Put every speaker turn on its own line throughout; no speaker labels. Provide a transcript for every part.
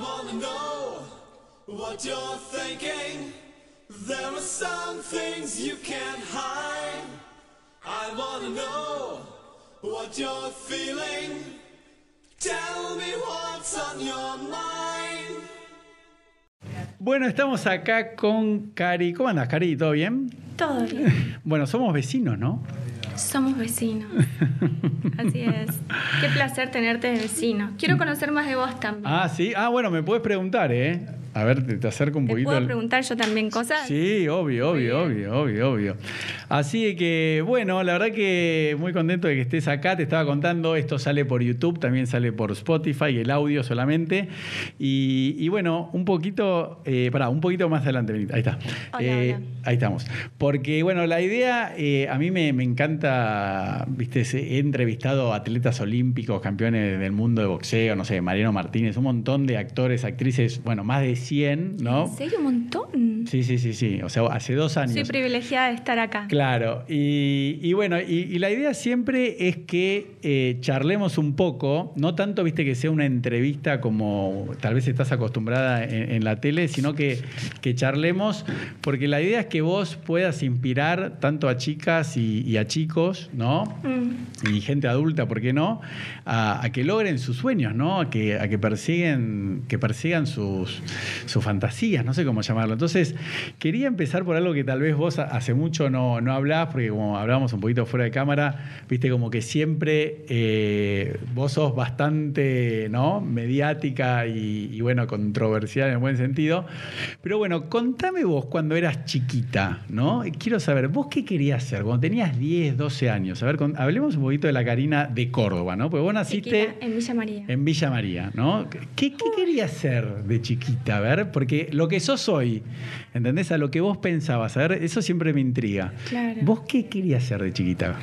wanna know what you're thinking. There are some things you can't hide. I wanna know what you're feeling. Tell me what's on your mind.
Bueno, estamos acá con Cari. ¿Cómo andas, Cari? ¿Todo bien?
Todo bien.
Bueno, somos vecinos, ¿no?
Somos vecinos. Así es. Qué placer tenerte de vecino. Quiero conocer más de vos también.
Ah, sí. Ah, bueno, me puedes preguntar, ¿eh? A ver, te, te acerco un
¿Te
poquito.
puedo
al-
preguntar yo también cosas?
Sí, obvio, obvio, obvio, obvio, obvio. Así que, bueno, la verdad que muy contento de que estés acá. Te estaba contando, esto sale por YouTube, también sale por Spotify, el audio solamente. Y, y bueno, un poquito, eh, pará, un poquito más adelante, Benita. Ahí está.
Hola,
Eh,
hola.
Ahí estamos. Porque, bueno, la idea, eh, a mí me, me encanta, viste, se- he entrevistado atletas olímpicos, campeones del mundo de boxeo, no sé, Mariano Martínez, un montón de actores, actrices, bueno, más de 100, ¿no?
¿En serio? Un montón.
Sí, sí, sí, sí. O sea, hace dos años.
Soy privilegiada de estar acá.
Claro, y, y bueno, y, y la idea siempre es que eh, charlemos un poco, no tanto, viste, que sea una entrevista como tal vez estás acostumbrada en, en la tele, sino que, que charlemos, porque la idea es que vos puedas inspirar tanto a chicas y, y a chicos, ¿no?
Mm.
y gente adulta, ¿por qué no? A, a que logren sus sueños, ¿no? A que, a que persiguen, que persigan sus, sus fantasías, no sé cómo llamarlo. Entonces, quería empezar por algo que tal vez vos ha- hace mucho no, no hablás, porque como hablábamos un poquito fuera de cámara, viste como que siempre eh, vos sos bastante, ¿no? Mediática y, y, bueno, controversial en el buen sentido. Pero bueno, contame vos cuando eras chiquita, ¿no? Quiero saber, ¿vos qué querías ser cuando tenías 10, 12 años? A ver, con- hablemos un poquito de la Karina de Córdoba, ¿no? Porque vos naciste
Chiquita, eh. en Villa María.
en Villa María, ¿no? ¿Qué, qué querías ser de chiquita? A ver, porque lo que sos hoy, ¿entendés? A lo que vos pensabas, a ver, eso siempre me intriga.
Claro.
¿Vos qué querías ser de chiquita?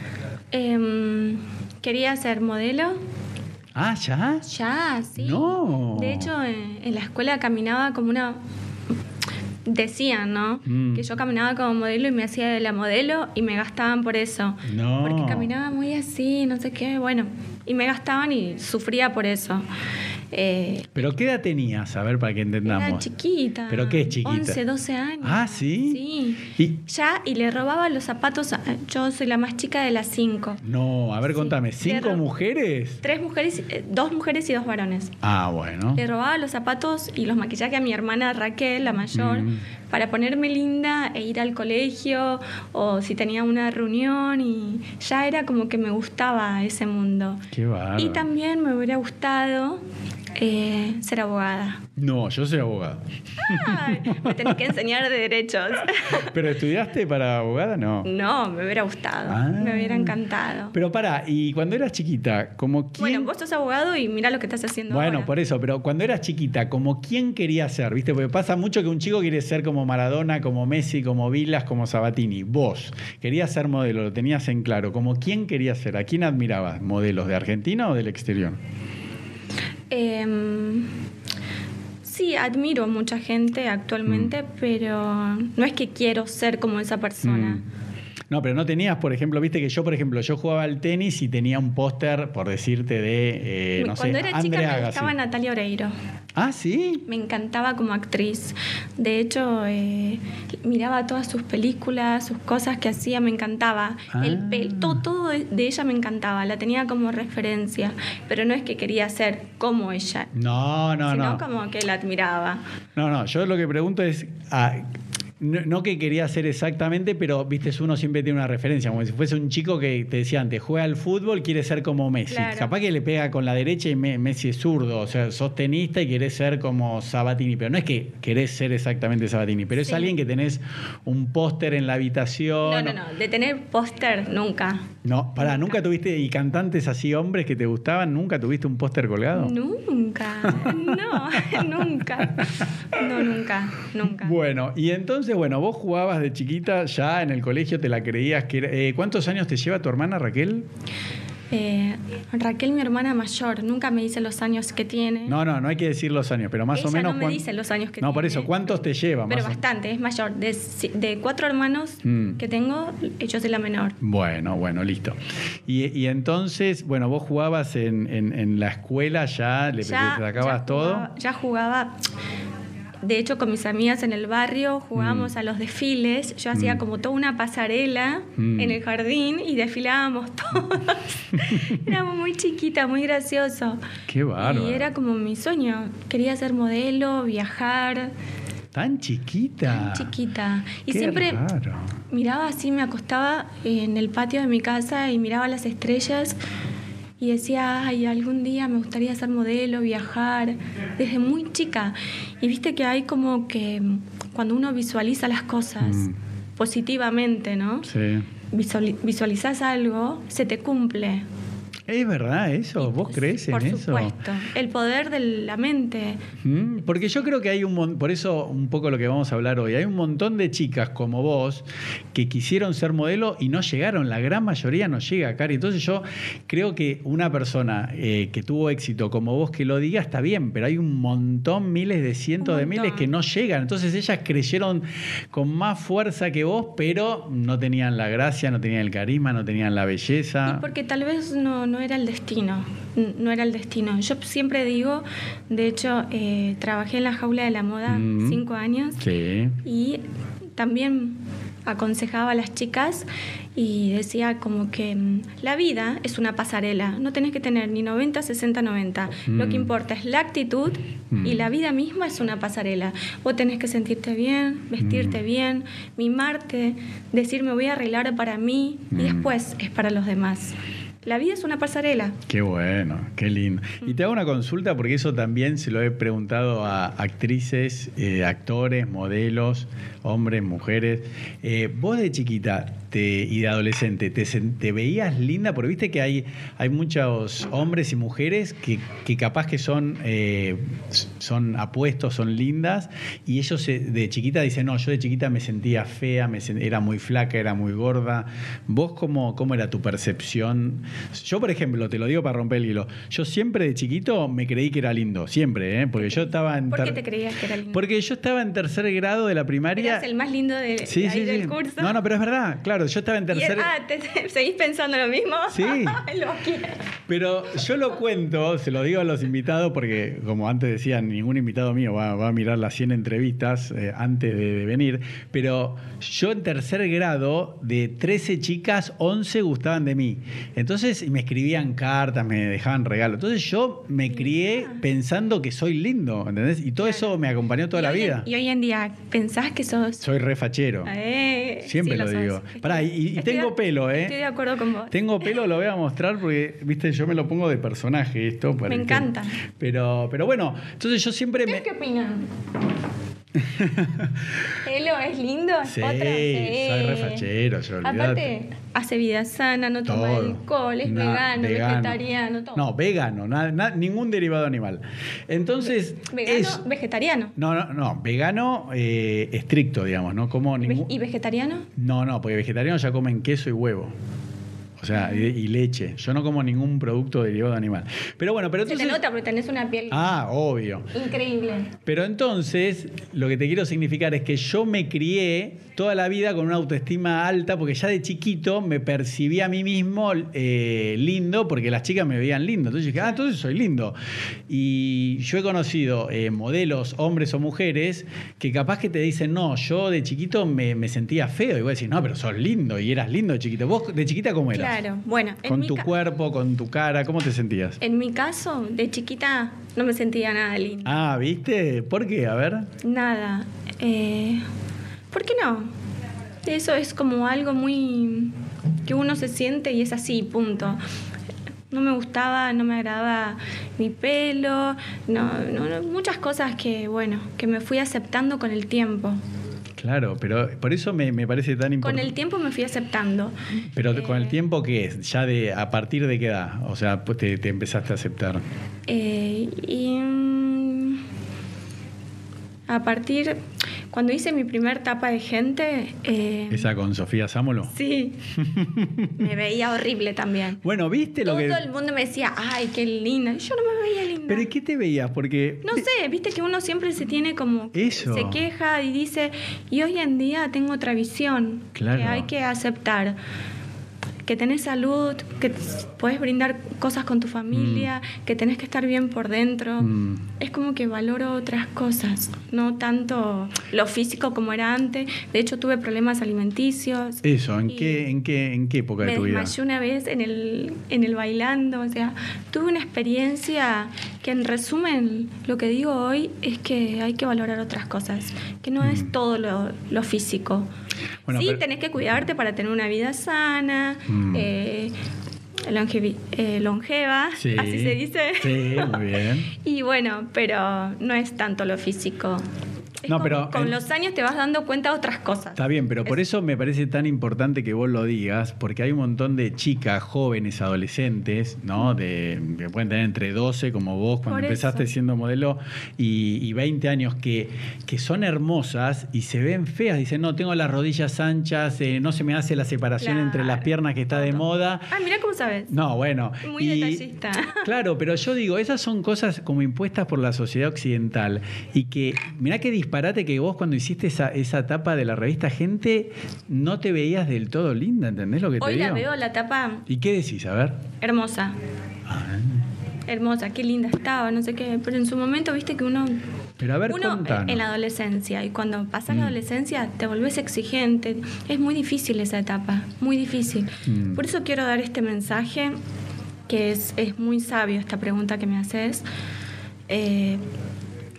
Em, quería ser modelo.
Ah, ya.
Ya, sí.
No.
De hecho, en, en la escuela caminaba como una. Decían, ¿no?
Mm.
Que yo caminaba como modelo y me hacía de la modelo y me gastaban por eso.
No.
Porque caminaba muy así, no sé qué, bueno. Y me gastaban y sufría por eso. Eh,
Pero ¿qué edad tenías? A ver, para que entendamos.
era chiquita.
¿Pero qué es chiquita?
11, 12 años.
Ah, ¿sí?
Sí.
Y,
Ya, y le robaba los zapatos. a- yo soy la más chica de las cinco.
no, a ver,
Sí.
contame,
Le
¿cinco
ro-
mujeres?
Tres mujeres, eh, dos mujeres y dos varones.
Ah, bueno.
Le robaba los zapatos y los maquillajes a mi hermana Raquel, la mayor,
Mm.
para ponerme linda e ir al colegio o si tenía una reunión y ya era como que me gustaba ese mundo.
Qué bárbaro.
Y también me hubiera gustado eh, ser abogada.
No, yo soy abogado.
Ay, me tenés que enseñar de derechos.
¿Pero estudiaste para abogada? No.
No, me hubiera gustado,
Ah.
me hubiera encantado.
Pero pará, y cuando eras chiquita, como quién...
bueno, vos sos abogado y mira lo que estás haciendo.
Bueno,
ahora.
por eso, pero cuando eras chiquita, ¿como quién quería ser? ¿Viste? Porque pasa mucho que un chico quiere ser como Maradona, como Messi, como Vilas, como Sabatini. Vos querías ser modelo, lo tenías en claro. ¿Como quién querías ser? ¿A quién admirabas? ¿Modelos de Argentina o del exterior?
Em, sí, admiro a mucha gente
Mm.
actualmente, pero no es que quiero ser como esa persona.
Mm. No, pero no tenías, por ejemplo, viste que yo, por ejemplo, yo jugaba al tenis y tenía un póster, por decirte, de, eh, no
Cuando
sé,
era chica
Andre
me
Agassi.
gustaba Natalia Oreiro,
Ah, ¿sí?
me encantaba como actriz. De hecho, eh, miraba todas sus películas, sus cosas que hacía, me encantaba. El
Ah.
pel- todo, todo de de ella me encantaba, la tenía como referencia, pero no es que quería ser como ella,
No, no,
sino
no.
como que la admiraba.
No, no, yo lo que pregunto es, ah, no, no que quería hacer exactamente, pero viste, uno siempre tiene una referencia, como si fuese un chico que te decía antes, juega al fútbol, quiere ser como Messi.
Claro.
Capaz que le pega con la derecha y Me- Messi es zurdo, o sea, sos tenista y querés ser como Sabatini, pero no es que querés ser exactamente Sabatini, pero es
Sí.
alguien que tenés un póster en la habitación.
No, no, no, de tener póster nunca.
No, pará, nunca tuviste, y cantantes así, hombres que te gustaban, nunca tuviste un póster colgado.
Nunca, no, nunca. No, nunca, nunca.
Bueno, y entonces, bueno, vos jugabas de chiquita, ya en el colegio te la creías que era- eh, ¿Cuántos años te lleva tu hermana Raquel?
Eh, Raquel, mi hermana mayor, nunca me dice los años que tiene.
No, no, no hay que decir los años, pero más
Ella
o menos.
no me
cuán-
dice los años que
No, por
tiene.
eso, ¿cuántos te lleva?
Pero
más o-
bastante, es mayor. De, si- de cuatro hermanos
¿eh? Mm.
que tengo, yo soy la menor.
Bueno, bueno, listo. Y, y entonces, bueno, vos jugabas en, en- en la escuela ya, le,
Ya-
le sacabas
ya
todo.
jugaba- ya jugaba. De hecho, con mis amigas en el barrio jugábamos a los desfiles. Yo hacía como toda una pasarela
Mm.
en el jardín y desfilábamos todos. Éramos muy chiquitas, muy gracioso.
Qué bárbaro.
Y era como mi sueño. Quería ser modelo, viajar,
Tan chiquita.
chiquita. Y
Ah, Qué ¿eh?
siempre
raro.
miraba así, me acostaba en el patio de mi casa y miraba las estrellas y decía, ay, algún día me gustaría ser modelo, viajar, desde muy chica. Y viste que hay como que mm, cuando uno visualiza las cosas
Mm.
positivamente, ¿no?
Sí.
Visuali- visualizas algo, se te cumple.
¿Es verdad eso? ¿Vos crees en
Por
eso?
supuesto. El poder de la mente.
Mm, Porque yo creo que hay un mon- por eso un poco lo que vamos a hablar hoy, hay un montón de chicas como vos que quisieron ser modelo y no llegaron, la gran mayoría no llega, Cari. Entonces yo creo que una persona eh, que tuvo éxito como vos que lo diga está bien, pero hay un montón, miles de cientos
Un
de miles
montón.
que no llegan. Entonces ellas creyeron con más fuerza que vos, pero no tenían la gracia, no tenían el carisma, no tenían la belleza.
Y porque tal vez no, no era el destino, n- no era el destino. Yo siempre digo, de hecho, eh, trabajé en la jaula de la moda
Mm.
cinco años
Sí.
y también aconsejaba a las chicas y decía como que mm, la vida es una pasarela, no tenés que tener ni 90, 60, 90. Lo que
Mm.
importa es la actitud
Mm.
y la vida misma es una pasarela. Vos tenés que sentirte bien, vestirte
Mm.
bien, mimarte, decir me voy a arreglar para mí
Mm.
y después es para los demás. La vida es una pasarela.
Qué bueno, qué lindo. Y te hago una consulta porque eso también se lo he preguntado a actrices, eh, actores, modelos, hombres, mujeres. Eh, vos de chiquita te- y de adolescente, ¿te, sen- te veías linda? Porque viste que hay, hay muchos hombres y mujeres que, que capaz que son, eh, s- son apuestos, son lindas, y ellos se- de chiquita dicen, no, yo de chiquita me sentía fea, me sen- era muy flaca, era muy gorda. ¿Vos cómo, cómo era tu percepción? Yo, por ejemplo, te lo digo para romper el hilo, yo siempre de chiquito me creí que era lindo, siempre, ¿eh? porque yo estaba en...
¿Por qué
ter-
te creías que era lindo?
porque yo estaba en tercer grado de la primaria.
Eras el más lindo de, de ahí del curso.
No, no, pero es verdad, claro, yo estaba en
Y-
tercer
ah, ¿te- ¿seguís pensando lo mismo?
Sí.
Lo quiero.
Pero yo lo cuento, se lo digo a los invitados, porque como antes decían, ningún invitado mío va, va a mirar las 100 entrevistas eh, antes de, de venir, pero yo en tercer grado, de 13 chicas, 11 gustaban de mí. Entonces me escribían cartas, me dejaban regalos. Entonces yo me crié pensando que soy lindo, ¿entendés? Y todo eso me acompañó toda
Y
la
hoy en-
vida.
y hoy en día, ¿pensás que sos...?
Soy refachero.
Eh,
Siempre
sí,
lo
sos.
digo. Pará, y- y
Estoy
tengo
de-
pelo, ¿eh?
Estoy de acuerdo con vos.
Tengo pelo, lo voy a mostrar porque, viste, yo me lo pongo de personaje esto. para
Me
que-
encanta.
Pero, pero bueno, entonces yo siempre me...
¿Ustedes qué opinan? ¿Pelo es lindo? ¿Es
Sí,
potra?
soy refachero, yo olvidate.
Aparte, hace vida sana, no toma
Todo.
alcohol, es
Na-
vegano, vegetariano, todo.
No, vegano, na- na- ningún derivado animal. Entonces,
vegano,
es...
vegetariano.
No, no, no, vegano eh, estricto, digamos, no como ningún...
¿Y vegetariano?
No, no, porque vegetarianos ya comen queso y huevo. O sea, y, y leche. Yo no como ningún producto derivado de animal. Pero bueno, pero
Se te
entonces...
nota porque tenés una piel
Ah, obvio.
increíble.
Pero entonces, lo que te quiero significar es que yo me crié toda la vida con una autoestima alta, porque ya de chiquito me percibí a mí mismo eh, lindo, porque las chicas me veían lindo. Entonces dije, ah, entonces soy lindo. Y yo he conocido eh, modelos, hombres o mujeres, que capaz que te dicen, no, yo de chiquito me, me sentía feo. Y vos decís, no, pero sos lindo y eras lindo de chiquito. ¿Vos de chiquita cómo eras?
Claro, bueno. en
Con
mi
tu
ca-
cuerpo, con tu cara, ¿cómo te sentías?
En mi caso, de chiquita no me sentía nada linda.
Ah, ¿viste? ¿Por qué? A ver.
Nada. Eh, ¿Por qué no? Eso es como algo muy... que uno se siente y es así, punto. No me gustaba, no me agradaba mi pelo, no, no, no, muchas cosas que, bueno, que me fui aceptando con el tiempo.
Claro, pero por eso me, me parece tan
Con
importante.
el tiempo me fui aceptando.
pero con el
eh,
tiempo que es, ya de a partir de qué edad, o sea, pues te, te empezaste a aceptar.
Eh, y mm, a partir, Cuando hice mi primer tapa de gente... eh,
Esa con Sofía Sámolo.
Sí. me veía horrible también.
Bueno, ¿viste lo
Todo
que.?
el mundo me decía, ay, qué linda. Y Yo no me veía linda.
Pero ¿y ¿qué te veías? Porque.
No sé, viste que uno siempre se tiene como... que
Eso.
Se queja y dice, y hoy en día tengo otra visión
Claro.
que hay que aceptar. Que tenés salud, que t- puedes brindar cosas con tu familia, que tenés que estar bien por dentro.
Mm.
Es como que valoro otras cosas, no tanto lo físico como era antes. De hecho, tuve problemas alimenticios.
Eso, ¿en
Y-
qué, en qué, en qué época de
Me
tu vida?
desmayé una vez en el, en el bailando, o sea, tuve una experiencia que en resumen lo que digo hoy es que hay que valorar otras cosas, que no es todo lo, lo físico.
Mm. Bueno,
sí,
pero-
tenés que cuidarte para tener una vida sana,
Mm.
eh, longevi- eh, longeva,
Sí.
así se dice.
Sí, muy bien.
Y bueno, pero no es tanto lo físico. Es
No,
como-
pero
con
en-
los años te vas dando cuenta de otras cosas.
Está bien, pero por eso me parece tan importante que vos lo digas, porque hay un montón de chicas, jóvenes, adolescentes, ¿no? De, que pueden tener entre 12, como vos, cuando
Por
empezaste
eso.
siendo modelo, y, y 20 años, que, que son hermosas y se ven feas. Dicen, no, tengo las rodillas anchas, eh, no se me hace la separación entre las
Claro,
piernas que está de
todo.
moda.
Ah, mira cómo sabes.
No, bueno.
Muy detallista.
Claro, pero yo digo, esas son cosas como impuestas por la sociedad occidental. Y que, mirá qué disparate que vos cuando hiciste esa, esa tapa de la revista Gente, no te veías del todo linda, ¿entendés lo que te
Hoy
digo?
la veo la tapa
¿Y qué decís? A ver.
hermosa,
Ah,
hermosa, qué linda estaba, no sé qué, pero en su momento viste que uno
Pero a ver,
uno eh,
contanos.
en la adolescencia y cuando pasas la
Mm.
adolescencia te volvés exigente, es muy difícil esa etapa, muy difícil.
Mm.
Por eso quiero dar este mensaje que es, es muy sabio esta pregunta que me haces. eh,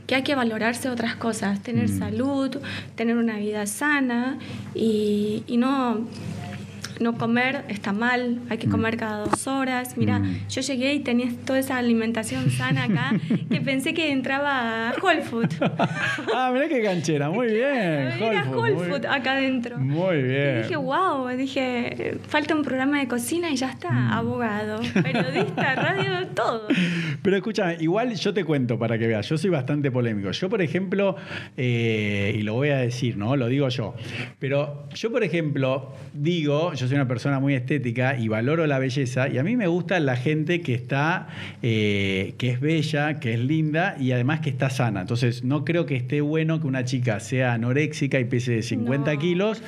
que hay que valorarse otras cosas, tener
Mm.
salud, tener una vida sana y, y no, no comer está mal, hay que
Mm.
comer cada dos horas. Mira,
Mm.
yo llegué y tenía toda esa alimentación sana acá que pensé que entraba a Whole Food.
ah, mirá qué canchera, muy bien.
Era
Holford,
Whole
muy-
Food acá adentro.
Muy
Y
bien.
dije, wow, dije, falta un programa de cocina y ya está,
Mm.
abogado, periodista, radio, todo.
Pero escucha, igual yo te cuento para que veas, yo soy bastante polémico. Yo, por ejemplo, eh, y lo voy a decir, ¿no? Lo digo yo. Pero yo, por ejemplo, digo, yo soy una persona muy estética y valoro la belleza, y a mí me gusta la gente que está, eh, que es bella, que es linda y además que está sana. Entonces, no creo que esté bueno que una chica sea anoréxica y pese 50
No.
kilos,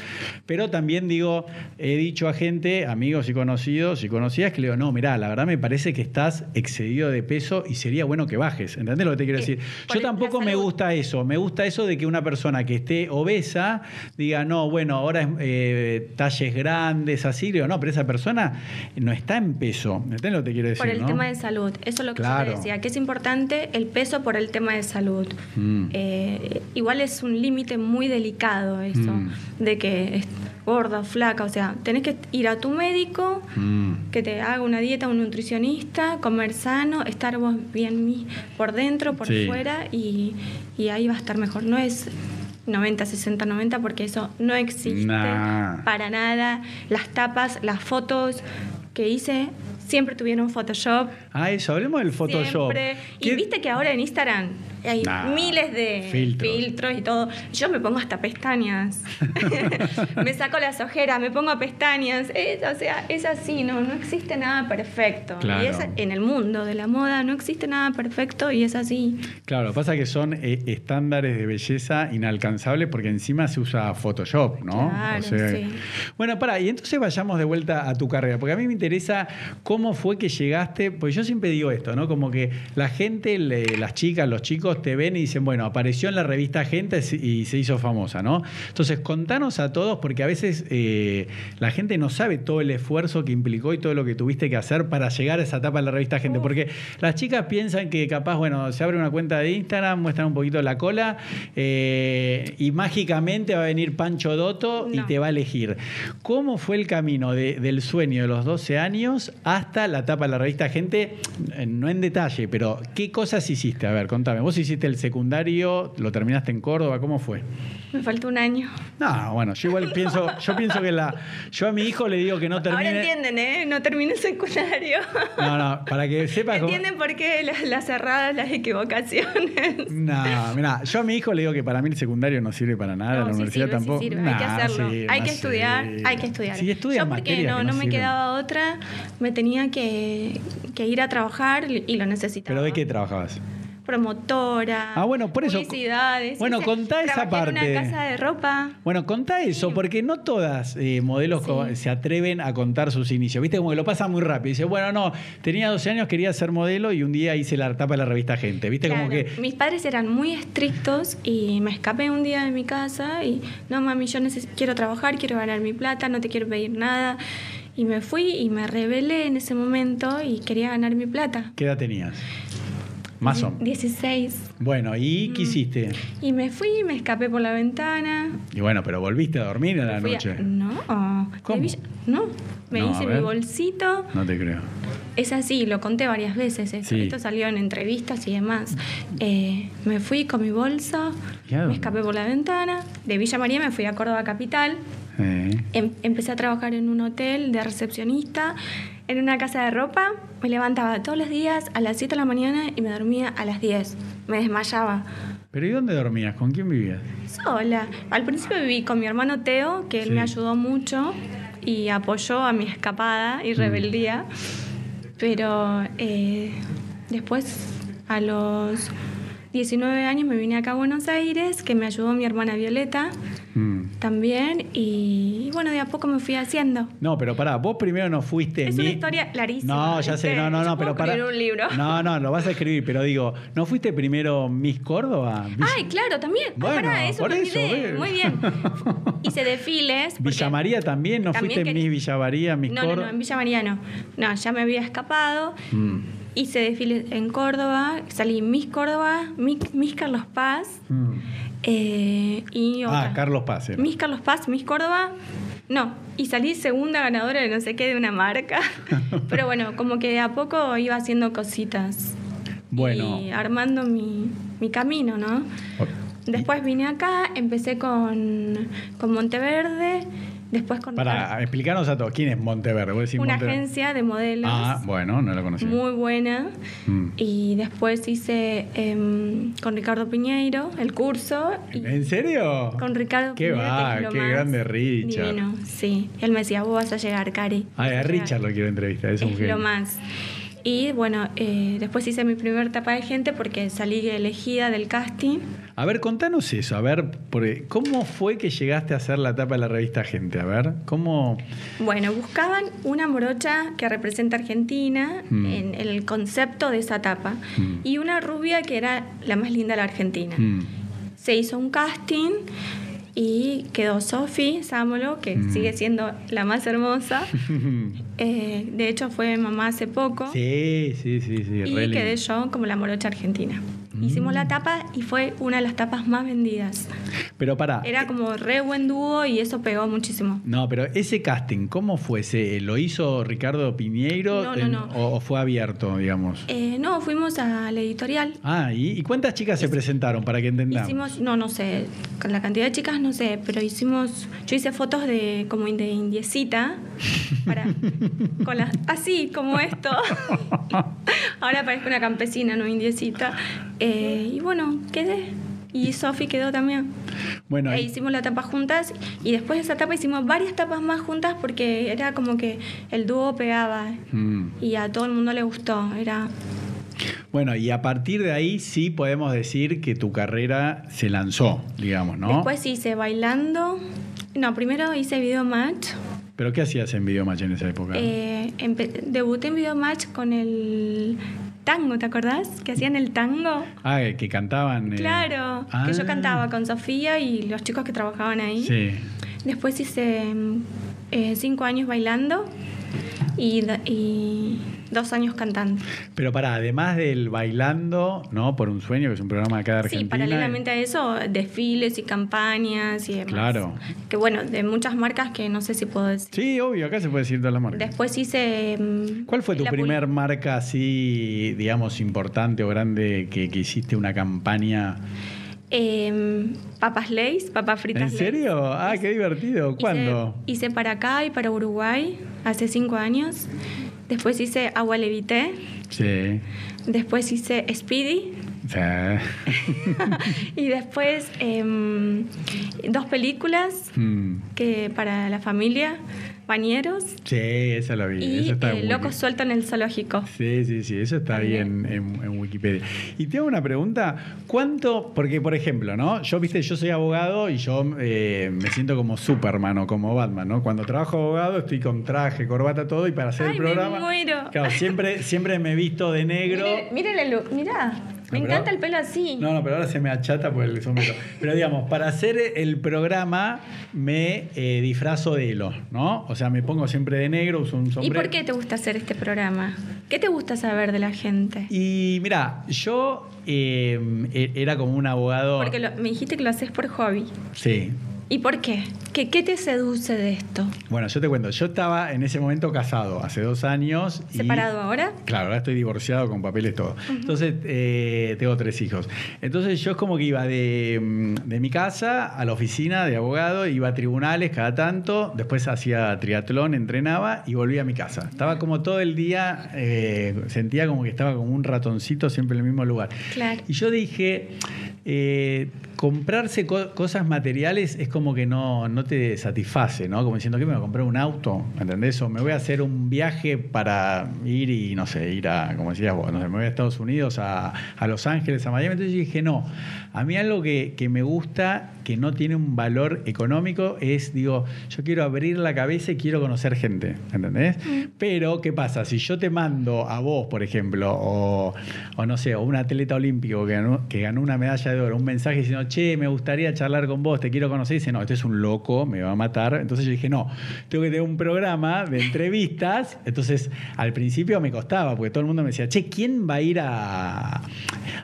pero también digo, he dicho a gente, amigos y conocidos y conocidas, que le digo, no, mirá, la verdad me parece que estás excedido de peso y sería bueno que bajes. ¿Entendés lo que te quiero
Eh,
decir?
por
Yo
el- la
tampoco me
salud.
gusta eso. Me gusta eso de que una persona que esté obesa diga, no, bueno, ahora es eh, talles grandes, así. Le digo, no, pero esa persona no está en peso. ¿Entendés lo que te quiero decir?
Por el
no?
tema de salud, eso es lo que yo
Claro.
te decía, que es importante el peso por el tema de salud.
Mm.
Eh, igual es un límite muy delicado eso,
Mm.
de que es gorda, flaca, o sea, tenés que ir a tu médico,
Mm.
que te haga una dieta, un nutricionista, comer sano, estar vos bien mi- por dentro, por
Sí.
fuera y, y ahí va a estar mejor. No es 90, 60, 90 porque eso no existe
Nah.
para nada. Las tapas, las fotos que hice siempre tuvieron Photoshop.
Ah, eso, hablemos del Photoshop.
Siempre. Y
¿Qué-
viste que ahora en Instagram hay
Nah,
miles de
filtros.
filtros. y todo. Yo me pongo hasta pestañas. me saco las ojeras, me pongo pestañas. Es- o sea, es así, no, no existe nada perfecto.
Claro.
Y es, en el mundo de la moda no existe nada perfecto y es así.
Claro, pasa que son eh, estándares de belleza inalcanzables porque encima se usa Photoshop, ¿no?
Claro, sí.
Bueno, para, y entonces vayamos de vuelta a tu carrera, porque a mí me interesa cómo fue que llegaste, pues yo siempre digo esto, ¿no? Como que la gente, le- las chicas, los chicos te ven y dicen, bueno, apareció en la revista Gente y se hizo famosa, ¿no? Entonces, contanos a todos, porque a veces eh, la gente no sabe todo el esfuerzo que implicó y todo lo que tuviste que hacer para llegar a esa etapa de la revista Gente, porque las chicas piensan que capaz, bueno, se abre una cuenta de Instagram, muestran un poquito la cola eh, y mágicamente va a venir Pancho Dotto y
No.
te va a elegir. ¿Cómo fue el camino de- del sueño de los 12 años hasta la etapa de la revista Gente? Eh, No en detalle, pero ¿qué cosas hiciste? A ver, contame. Vos vos hiciste el secundario, lo terminaste en Córdoba, ¿cómo fue?
Me faltó un año.
No, bueno, yo igual pienso, yo pienso que la. Yo a mi hijo le digo que no termine.
Ahora entienden, ¿eh? No termine secundario.
No, no, para que sepas cómo-
Entienden por qué las, las cerradas, las equivocaciones.
No, mira, yo a mi hijo le digo que para mí el secundario no sirve para nada,
No,
Ah, la
sí
universidad
sirve, sí
tampoco.
sirve,
Nah,
hay que hacerlo.
sirve,
hay que
no
estudiar,
sirve.
hay que estudiar.
Sí, estudian
Yo porque
materias
no,
que
no me
sirven.
quedaba otra, me tenía que, que ir a trabajar y lo necesitaba.
¿Pero de qué trabajabas?
Promotora.
Ah, bueno, por eso-
Publicidades.
bueno, contá esa
trabajé En
parte.
una casa de ropa.
Bueno, contá eso, porque no todas eh, modelos
Sí.
co- se atreven a contar sus inicios. Viste, como que lo pasa muy rápido. Dice, bueno, no, tenía 12 años, quería ser modelo y un día hice la tapa de la revista Gente. Viste, como
Claro,
que.
Mis padres eran muy estrictos y me escapé un día de mi casa y no mami, yo neces- quiero trabajar, quiero ganar mi plata, no te quiero pedir nada. Y me fui y me rebelé en ese momento y quería ganar mi plata.
¿Qué edad tenías? Más
Mm.
o menos.
16.
Bueno,
Mm.
¿y qué hiciste?
Y me fui, me escapé por la ventana.
Y bueno, pero volviste a dormir a la
Fui a- Mm.
noche.
No. me
¿Cómo?
vi- No. Me
No, a
hice
ver.
mi bolsito.
No te creo.
Es así, lo conté varias veces. Esto,
Sí.
Esto salió en entrevistas y demás. Eh, me fui con mi bolso,
¿Y a dónde?
me escapé por la ventana. De Villa María me fui a Córdoba Capital.
Eh.
Em- empecé a trabajar en un hotel de recepcionista, en una casa de ropa. Me levantaba todos los días a las 7 de la mañana y me dormía a las 10. Me desmayaba.
¿Pero y dónde dormías? ¿Con quién vivías?
Sola. Al principio viví con mi hermano Teo, que él
Sí.
me ayudó mucho y apoyó a mi escapada
Mm.
y rebeldía. Pero eh, después, a los 19 años, me vine acá a Buenos Aires, que me ayudó mi hermana Violeta
Mm.
también. Y, y bueno, de a poco me fui haciendo.
No, pero pará, vos primero no fuiste
Es
ni-
una historia larguísima,
No, ya sé,
¿viste?
no, no,
Yo
no, pero
puedo
pará.
escribir un libro.
No, no, lo vas a escribir, pero digo, ¿no fuiste primero Miss Córdoba? Villa-
Ay, claro, también. Ah,
Bueno,
pará, eso
por
me
eso,
olvidé.
ve.
Muy bien. Hice desfiles. porque-
Villa María también, ¿no
También
fuiste
quería-
Miss Villa María, Miss
No, no, no,
Córdoba?
en Villa María no. No, ya me había escapado.
Mm.
Hice desfiles en Córdoba, salí Miss Córdoba, Mi- Miss, Carlos Paz
Mm.
eh, y otra.
Ah, Carlos Paz. era.
Miss Carlos Paz, Miss Córdoba. No, y salí segunda ganadora de no sé qué de una marca. Pero bueno, como que de a poco iba haciendo cositas.
Bueno,
Y armando mi, mi camino, ¿no? Después vine acá, empecé con, con Monteverde, después con
para explicarnos a todos, ¿quién es Monteverde? ¿Vos decís
una
Monteverde?
agencia de modelos
Ah, bueno, no la conocí.
muy buena.
Mm.
Y después hice em, con Ricardo Piñeiro el curso. y
¿En serio?
Con Ricardo
Qué
Piñeiro. que
va,
es lo
qué
más
grande Richard.
divino, sí. Él me decía, vos vas a llegar, Cari.
Ay, a
Vas llegar".
Richard lo quiero entrevistar, es
Es,
un genio.
lo más. Y bueno, eh, después hice mi primer tapa de gente porque salí elegida del casting.
A ver, contanos eso. A ver, porque, ¿cómo fue que llegaste a hacer la tapa de la revista Gente? A ver, ¿cómo?
Bueno, buscaban una morocha que representa a Argentina
Mm.
en el concepto de esa tapa
Mm.
y una rubia que era la más linda de la Argentina.
Mm,
Se hizo un casting y quedó Sofi Sámolo, que
Mm.
sigue siendo la más hermosa. Eh, de hecho, fue mamá hace poco.
Sí, sí, sí, sí.
Y
re lindo. Mm.
quedé yo como la morocha argentina. Hicimos la tapa y fue una de las tapas más vendidas.
Pero pará.
Era como re buen dúo y eso pegó muchísimo.
No, pero ese casting, ¿cómo fue? ¿Se- ¿Lo hizo Ricardo Piñeiro
No, no,
en-
no.
O, o fue abierto, digamos?
Eh, no, fuimos a la editorial.
Ah, ¿y, y cuántas chicas se presentaron para que entendamos?
Hicimos, no, no sé, con la cantidad de chicas no sé, pero hicimos, yo hice fotos de como de indiecita, para, con las, así como esto. Ahora parezco una campesina, no indiecita. Eh, y bueno, quedé. Y Sofi quedó también.
bueno,
E
y-
hicimos la tapa juntas y después de esa tapa hicimos varias tapas más juntas porque era como que el dúo pegaba
Mm.
y a todo el mundo le gustó. Era
bueno, y a partir de ahí sí podemos decir que tu carrera se lanzó, digamos, ¿no?
Después hice bailando. No, primero hice video match.
¿Pero qué hacías en Videomatch en esa época?
Eh, empe- debuté en video match con el tango, ¿te acordás? Que hacían el tango.
Ah, eh, que cantaban. eh.
Claro,
Ah.
que yo cantaba con Sofía y los chicos que trabajaban ahí.
Sí.
Después hice mm, eh, cinco años bailando y, da- y dos años cantando.
Pero para, además del bailando, ¿no? Por un sueño, que es un programa acá de Argentina.
Sí, paralelamente a eso, desfiles y campañas y demás.
Claro.
Que bueno, de muchas marcas que no sé si puedo decir.
Sí, obvio, acá se puede decir todas las marcas.
Después hice... mm,
¿Cuál fue tu
la
primer marca así, digamos, importante o grande que, que hiciste una campaña?
pul- eh, papas Lays, papas fritas
¿En
Lay's.
serio? Ah, qué divertido.
Hice-
¿Cuándo?
Hice, para acá y para Uruguay hace cinco años. Después hice Agua Levité.
Sí.
Después hice Speedy.
Sí.
y después em, dos películas
Mm.
que para la familia, Bañeros
Sí, esa la vi.
y
esa está
eh,
en
Loco
Wiki.
Suelto en el Zoológico.
Sí, sí, sí, eso está ahí en, en- en Wikipedia. Y te hago una pregunta, ¿cuánto? Porque, por ejemplo, ¿no? Yo, viste, yo soy abogado y yo eh, me siento como Superman o como Batman, ¿no? Cuando trabajo abogado estoy con traje, corbata, todo, y para hacer el
Ay, me
programa...
muero.
Claro, siempre, siempre me visto de negro.
Mire- Mire la luz, mirá, me
No, pero-
encanta el pelo así.
No, no, pero ahora se me achata por el sombrero. Pero digamos, para hacer el programa me eh, disfrazo de hilo, ¿no? O sea, me pongo siempre de negro, uso un
¿Y
sombrero.
por qué te gusta hacer este programa? ¿Qué te gusta saber de la gente?
Y mira, yo eh, e- era como un abogado.
Porque lo- me dijiste que lo haces por hobby.
Sí.
¿Y por qué? ¿Qué, qué te seduce de esto?
Bueno, yo te cuento, yo estaba en ese momento casado, hace dos años. y-
¿Separado ahora?
Claro, ahora estoy divorciado con papeles todo. Entonces, eh, tengo tres hijos. Entonces, yo es como que iba de, mm, de mi casa a la oficina de abogado, iba a tribunales cada tanto, después hacía triatlón, entrenaba y volvía a mi casa. Estaba como todo el día, eh, sentía como que estaba como un ratoncito siempre en el mismo lugar.
Claro.
Y yo dije, eh, comprarse co- cosas materiales es como que no, no te satisface, ¿no? Como diciendo, ¿qué me voy a comprar un auto? ¿Entendés? O me voy a hacer un viaje para ir y, no sé, ir a, como decías vos, no sé, me voy a Estados Unidos, a, a Los Ángeles, a Miami. Entonces yo dije, no, a mí algo que, que me gusta, que no tiene un valor económico, es, digo, yo quiero abrir la cabeza y quiero conocer gente, ¿entendés? Pero, ¿qué pasa? Si yo te mando a vos, por ejemplo, o, o no sé, o un atleta olímpico que ganó, que ganó una medalla de oro, un mensaje diciendo, che, me gustaría charlar con vos, te quiero conocer, y dice, no, este es un loco, me va a matar. Entonces yo dije, no, tengo que tener un programa de entrevistas. Entonces, al principio me costaba, porque todo el mundo me decía, che, ¿quién va a ir a,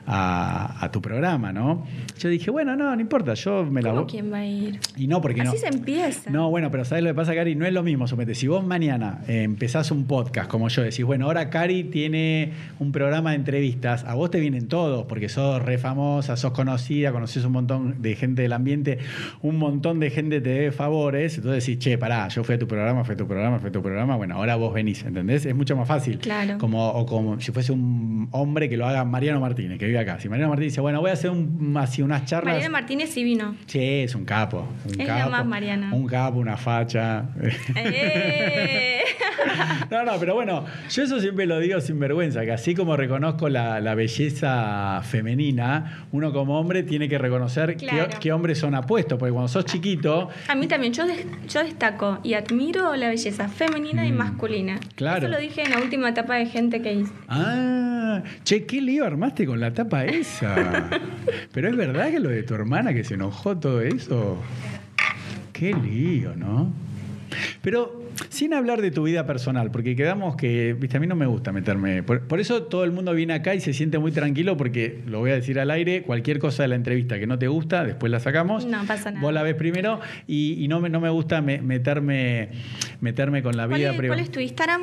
a, a tu programa, no? Yo dije, bueno, no, no importa, yo me la
¿Cómo
voy.
quién va a ir?
Y no, porque no.
Así se empieza.
No, bueno, pero ¿sabes lo que pasa, Cari? No es lo mismo, suponete. Si vos mañana eh, empezás un podcast, como yo, decís, bueno, ahora Cari tiene un programa de entrevistas, a vos te vienen todos, porque sos re famosa, sos conocida, conocés un montón de gente del ambiente, un montón de gente te debe favores, entonces decís, che, pará, yo fui a tu programa, fui a tu programa, fui a tu programa, bueno, ahora vos venís, ¿entendés? Es mucho más fácil.
Claro.
Como como, o como si fuese un hombre que lo haga Mariano Martínez, que vive acá. Si Mariano Martínez dice, bueno, voy a hacer un, así unas charlas.
Mariana Martínez sí vino.
Sí, es un capo. Un
Es lo
capo,
más, Mariana.
Un capo, una facha.
¡Eh!
No, no, pero bueno, yo eso siempre lo digo sin vergüenza, que así como reconozco la, la belleza femenina, uno como hombre tiene que reconocer qué- qué,
Claro.
hombres son apuestos, porque cuando sos chiquito,
A mí también, yo, des- yo destaco y admiro la belleza femenina y
Mm,
masculina.
claro.
Eso lo dije en la última etapa de gente que hice.
ah, che, qué lío armaste con la tapa esa. Pero es verdad que lo de tu hermana que se enojó todo eso. Qué lío, ¿no? Pero sin hablar de tu vida personal, porque quedamos que, viste, a mí no me gusta meterme. Por, por eso todo el mundo viene acá y se siente muy tranquilo, porque lo voy a decir al aire, cualquier cosa de la entrevista que no te gusta, después la sacamos.
No pasa nada.
Vos la ves primero y, y no, me, no me gusta me- meterme, meterme con la
¿Cuál
vida
es,
privada.
cuál es tu Instagram?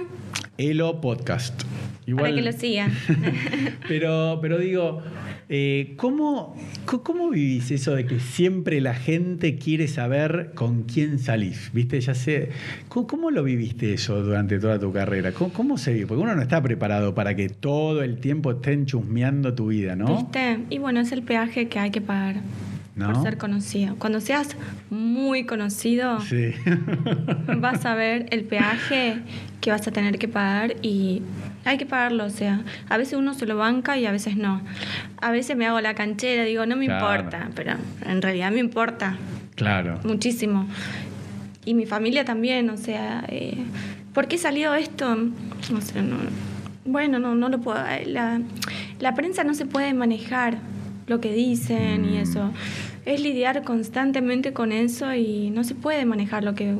Elo Podcast.
Para que lo sigan.
Pero, pero digo, eh, ¿cómo, co- ¿cómo vivís eso de que siempre la gente quiere saber con quién salís? ¿Viste? Ya sé. ¿Cómo, cómo lo viviste eso durante toda tu carrera? ¿Cómo, cómo se vive? Porque uno no está preparado para que todo el tiempo estén chusmeando tu vida, ¿no?
¿Viste? Y bueno, es el peaje que hay que pagar
¿No?
por ser conocido. Cuando seas muy conocido,
Sí.
vas a ver el peaje que vas a tener que pagar y hay que pagarlo, o sea, a veces uno se lo banca y a veces no. A veces me hago la canchera, digo, no me
Claro.
importa, pero en realidad me importa
claro.
muchísimo. Y mi familia también, o sea, eh, ¿por qué salió esto? No sé, no- bueno, no, no lo
Mm.
puedo. eh, La, la prensa no se puede manejar lo que dicen y eso. es lidiar constantemente con eso y no se puede manejar lo que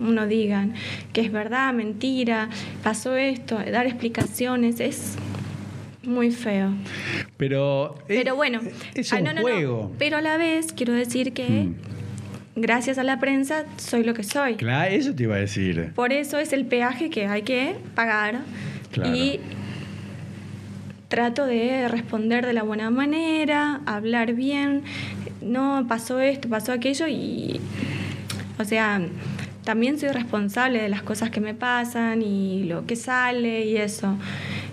uno digan, que es verdad, mentira, pasó esto, dar explicaciones, es muy feo.
Pero, es-
Pero bueno,
es
ah,
un
no, no, no.
juego.
Pero a la vez quiero decir que
Mm.
gracias a la prensa soy lo que soy.
Claro, eso te iba a decir.
Por eso es el peaje que hay que pagar.
Claro.
Y trato de responder de la buena manera, hablar bien. No, pasó esto, pasó aquello y... O sea, también soy responsable de las cosas que me pasan y lo que sale y eso.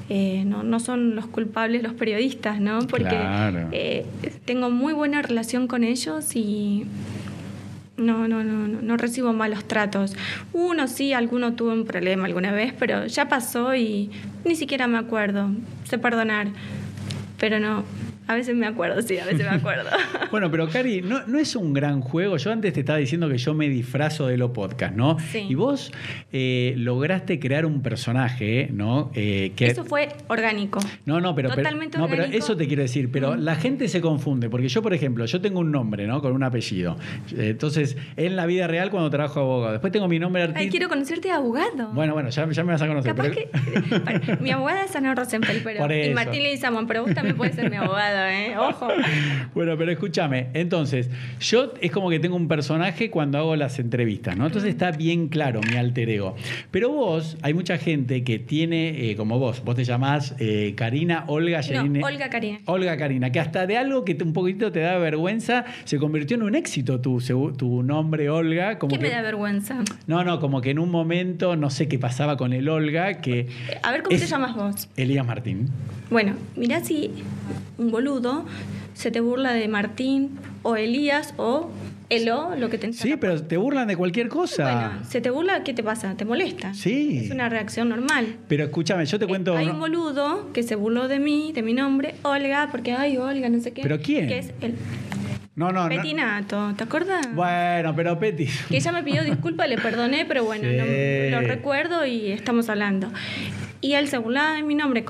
Eh, no, no son los culpables los periodistas, ¿no? Porque
Claro.
eh, tengo muy buena relación con ellos y no, no, no, no, no recibo malos tratos. Uno sí, alguno tuvo un problema alguna vez, pero ya pasó y ni siquiera me acuerdo. Sé perdonar, pero no. A veces me acuerdo, sí, a veces me acuerdo.
Bueno, pero Cari, no, no es un gran juego. Yo antes te estaba diciendo que yo me disfrazo de lo podcast, ¿no?
Sí.
Y vos eh, lograste crear un personaje, ¿no? Eh, que-
Eso fue orgánico.
No, no, pero, pero-
Totalmente
no, pero
orgánico.
eso te quiero decir, pero
Mm.
la gente se confunde, porque yo, por ejemplo, yo tengo un nombre, ¿no? Con un apellido. Entonces, en la vida real, cuando trabajo abogado, después tengo mi nombre
Ay,
artístico.
quiero conocerte de abogado.
Bueno, bueno, ya, ya me vas a conocer.
Capaz
pero-
que. para- mi abogada es Ana Rosenfeld, pero.
Por
Y
eso.
Martín Leguizamón, pero vos también podés ser mi abogado, ¿eh? Ojo.
Bueno, pero escúchame. Entonces, yo es como que tengo un personaje cuando hago las entrevistas, ¿no? Entonces está bien claro mi alter ego. Pero vos, hay mucha gente que tiene, eh, como vos, vos te llamás eh, Karina Olga Yerine.
No, Olga Karina.
Olga Karina, que hasta de algo que te- un poquitito te da vergüenza, se convirtió en un éxito tu, segu- tu nombre Olga. Como
¿Qué
que,
me da vergüenza?
No, no, como que en un momento no sé qué pasaba con el Olga, que
Eh, A ver cómo
Es-
te llamas vos.
Elías Martín.
Bueno, mirá si un boludo se te burla de Martín o Elías o Elo, lo que te
Sí, pero te burlan de cualquier cosa.
Bueno, se te burla, ¿qué te pasa? ¿Te molesta?
Sí.
Es una reacción normal.
Pero escúchame, yo te cuento.
Eh, Hay
uno-
un boludo que se burló de mí, de mi nombre, Olga, porque ay, Olga, no sé qué.
¿Pero quién?
Que es el
No, no, no.
Petinato, ¿te acuerdas?
Bueno, pero Petis.
Que ella me pidió disculpas, le perdoné, pero bueno,
Sí.
no- lo recuerdo y estamos hablando. Y él se burlaba de mi nombre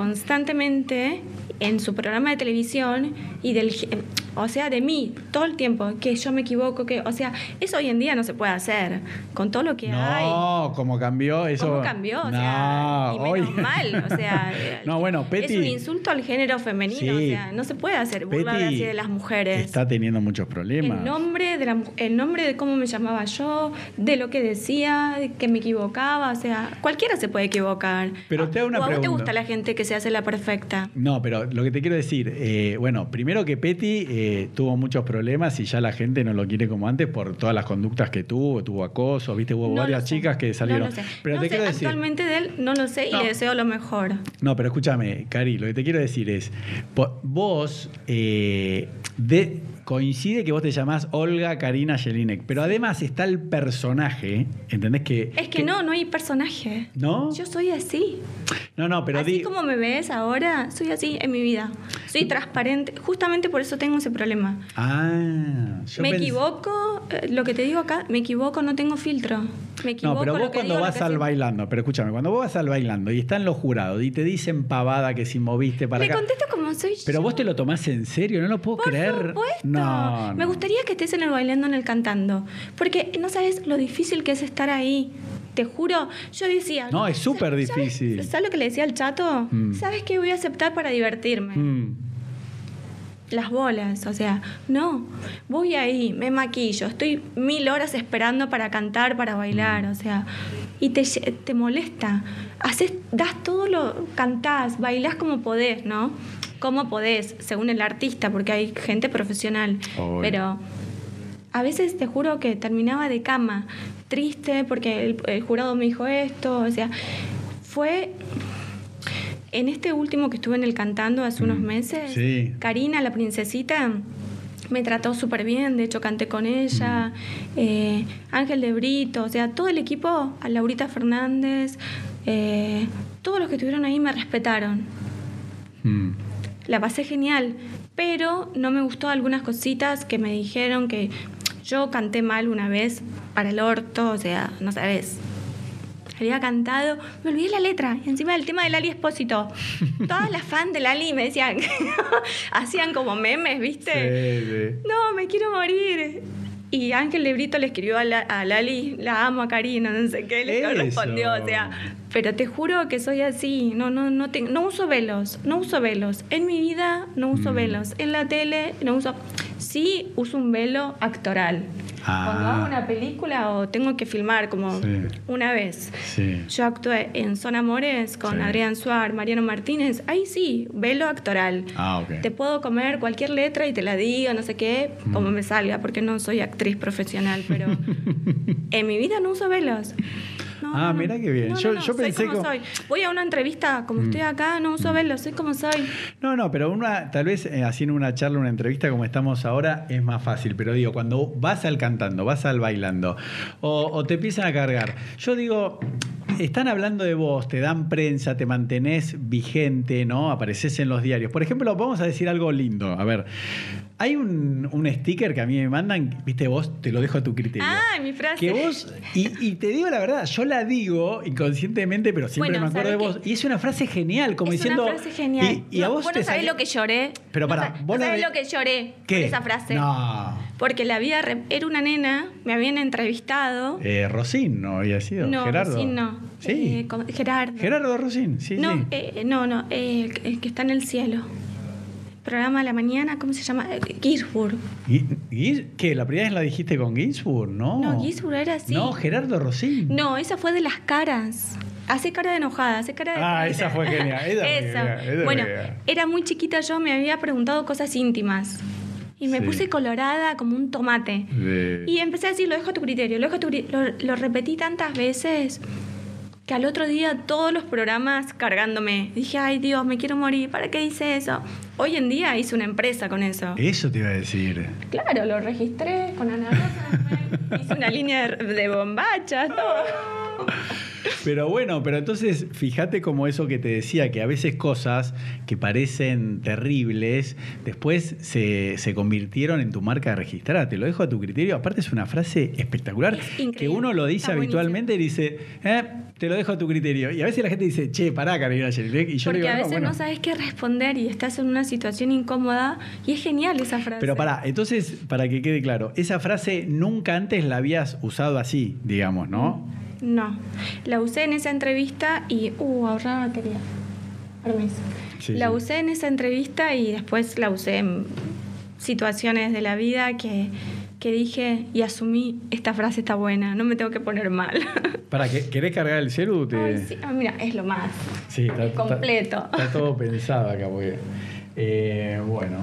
constantemente en su programa de televisión y del. je- O sea, de mí, todo el tiempo, que yo me equivoco, que. O sea, eso hoy en día no se puede hacer. Con todo lo que hay.
No, como cambió eso.
¿Cómo cambió?
no,
O sea, y menos
hoy-
mal. O sea, eh,
no, bueno, Peti.
Es un insulto al género femenino.
Sí.
O sea, no se puede hacer burlar
Peti
así de las mujeres.
Está teniendo muchos problemas.
El nombre, de la mu- el nombre de cómo me llamaba yo, de lo que decía, de que me equivocaba, o sea, cualquiera se puede equivocar.
Pero te hago una
¿O a vos te
pregunta.
gusta la gente que se hace la perfecta?
No, pero lo que te quiero decir, eh, bueno, primero que Petty eh, tuvo muchos problemas y ya la gente no lo quiere como antes por todas las conductas que tuvo, tuvo acoso, viste, hubo
No
varias
lo sé,
chicas que salieron.
No lo sé.
Pero
No
te
sé,
quiero decir.
Actualmente de él no lo sé y
No.
le deseo lo mejor.
No, pero escúchame, Cari, lo que te quiero decir es, po- vos eh, de- coincide que vos te llamás Olga Karina Jelinek, pero además está el personaje, ¿entendés que?
Es que no, no hay personaje.
¿No?
Yo soy así.
No, no, pero
así
di-
como me ves ahora, soy así en mi vida. Soy transparente. Justamente por eso tengo ese problema.
Ah, yo
me
pens-
equivoco, eh, lo que te digo acá, me equivoco, no tengo filtro. Me equivoco.
No, pero
lo
vos
que
cuando
digo, lo
vas
que
al
siento.
bailando, pero escúchame, cuando vos vas al bailando y están los jurados y te dicen pavada que si moviste para
Le
acá.
contesto como soy yo.
Pero vos te lo tomás en serio, no lo puedo
Por
creer.
supuesto.
No,
Me
no.
gustaría que estés en el bailando, en el cantando. Porque no sabes lo difícil que es estar ahí. Te juro, yo decía.
No, es súper
¿sabes-
difícil.
¿Sabes lo que le decía al chato?
Mm.
¿Sabes qué voy a aceptar para divertirme?
Mm.
Las bolas, o sea, no. Voy ahí, me maquillo, estoy mil horas esperando para cantar, para bailar, o sea. Y te, lle- te molesta. Haces, das todo lo. cantás, bailás como podés, ¿no? Como podés, según el artista, porque hay gente profesional.
Obvio.
Pero a veces te juro que terminaba de cama, triste porque el, el jurado me dijo esto, o sea, fue en este último que estuve en el cantando hace unos
Mm,
meses,
sí.
Karina, la princesita, me trató súper bien, de hecho canté con ella,
Mm.
eh, Ángel de Brito, o sea, todo el equipo, a Laurita Fernández, eh, todos los que estuvieron ahí me respetaron.
Mm.
La pasé genial, pero no me gustó algunas cositas que me dijeron que yo canté mal una vez para el orto, o sea, no sabes. había cantado. Me olvidé la letra. Y encima del tema de Lali Espósito. Todas las fans de Lali me decían, hacían como memes, ¿viste?
Sí, sí.
No, me quiero morir. Y Ángel Lebrito le escribió a, la- a Lali, la amo a Karina, no sé qué, le
Eso.
correspondió. O sea, pero te juro que soy así. No, no, no, te- no uso velos, no uso velos. En mi vida no uso
Mm.
velos. En la tele no uso. Sí uso un velo actoral.
Ah.
Cuando hago una película o tengo que filmar como
Sí.
una vez.
Sí.
Yo actué en Son Amores con
Sí.
Adrián Suar, Mariano Martínez. Ahí sí, velo actoral.
Ah, ok.
Te puedo comer cualquier letra y te la digo, no sé qué,
Mm.
como me salga, porque no soy actriz profesional, pero en mi vida no uso velos. No,
Ah,
no, no.
mirá qué bien.
No, no,
Yo-
no,
yo
soy
pensé Mm.
como
co-
soy. Voy a una entrevista, como estoy acá, no uso velos, soy como soy.
No, no, pero una, tal vez eh, haciendo una charla, una entrevista como estamos ahora, es más fácil. Pero digo, cuando vas al cantando, vas al bailando, o, o te empiezan a cargar, yo digo, están hablando de vos, te dan prensa, te mantenés vigente, ¿no? Apareces en los diarios. Por ejemplo, vamos a decir algo lindo. A ver, hay un, un sticker que a mí me mandan, viste vos, te lo dejo a tu criterio.
Ah, mi frase.
Que vos, y, y te digo la verdad, yo la digo inconscientemente, pero siempre
Bueno,
me acuerdo de
¿sabés
vos.
qué?
Y es una frase genial, como
es
diciendo.
una frase genial.
Y, y a
No,
vos
no
te
sabés
salió-
lo que lloré.
Pero
No
pará,
sa-
vos
no
la
sabés
ve-
lo que lloré
¿Qué?
por esa frase.
No.
Porque la vida re- era una nena, me habían entrevistado.
Eh, Rosín no había sido.
no,
Gerardo.
Rocín no.
Sí.
Eh, con- Gerardo.
Gerardo Rosín, sí,
no,
sí.
eh, no, no, eh, el que- el que está en el cielo. Programa de la mañana, ¿cómo se llama? Eh, Gisburg.
Gui- Gui- ¿Qué? La primera vez la dijiste con Ginsburg, ¿no?
No, Gisburg era así.
No, Gerardo Rosín.
No, esa fue de las caras. Hace cara de enojada, hace cara de.
Ah, esa fue genial, esa fue
Eso.
genial, esa fue
bueno,
genial.
era muy chiquita yo, me había preguntado cosas íntimas. Y me
Sí.
puse colorada como un tomate.
De-
Y empecé a decir, lo dejo a tu criterio, lo dejo a tu cri- lo, lo repetí tantas veces que al otro día todos los programas cargándome. Dije, ay Dios, me quiero morir, ¿para qué hice eso? Hoy en día hice una empresa con eso.
Eso te iba a decir.
Claro, lo registré con Ana Rosa, hice una línea de, de bombachas,
Ah.
todo.
Pero bueno, pero entonces fíjate como eso que te decía, que a veces cosas que parecen terribles, después se, se convirtieron en tu marca registrada. Te lo dejo a tu criterio. Aparte es una frase espectacular
Es increíble.
que uno lo dice
Está buenísimo.
habitualmente y dice, "Eh, te lo dejo a tu criterio. Y a veces la gente dice, che, pará, Carolina Yelibek. Y yo
Porque
le digo,
a
"No,
veces
bueno".
no sabes qué responder y estás en una situación incómoda y es genial esa frase.
Pero pará, entonces, para que quede claro, esa frase nunca antes la habías usado así, digamos, ¿no?
Mm. No, la usé en esa entrevista y... Uh, ahorrar batería. Permiso.
Sí,
la
sí.
usé en esa entrevista y después la usé en situaciones de la vida que, que dije y asumí, esta frase está buena, no me tengo que poner mal.
¿Para que querés cargar el celu? Te...
Ay, sí. Ah, mira, es lo más.
Sí, está,
Es Eh, completo.
Está, está todo pensado acá, porque. eh, bueno.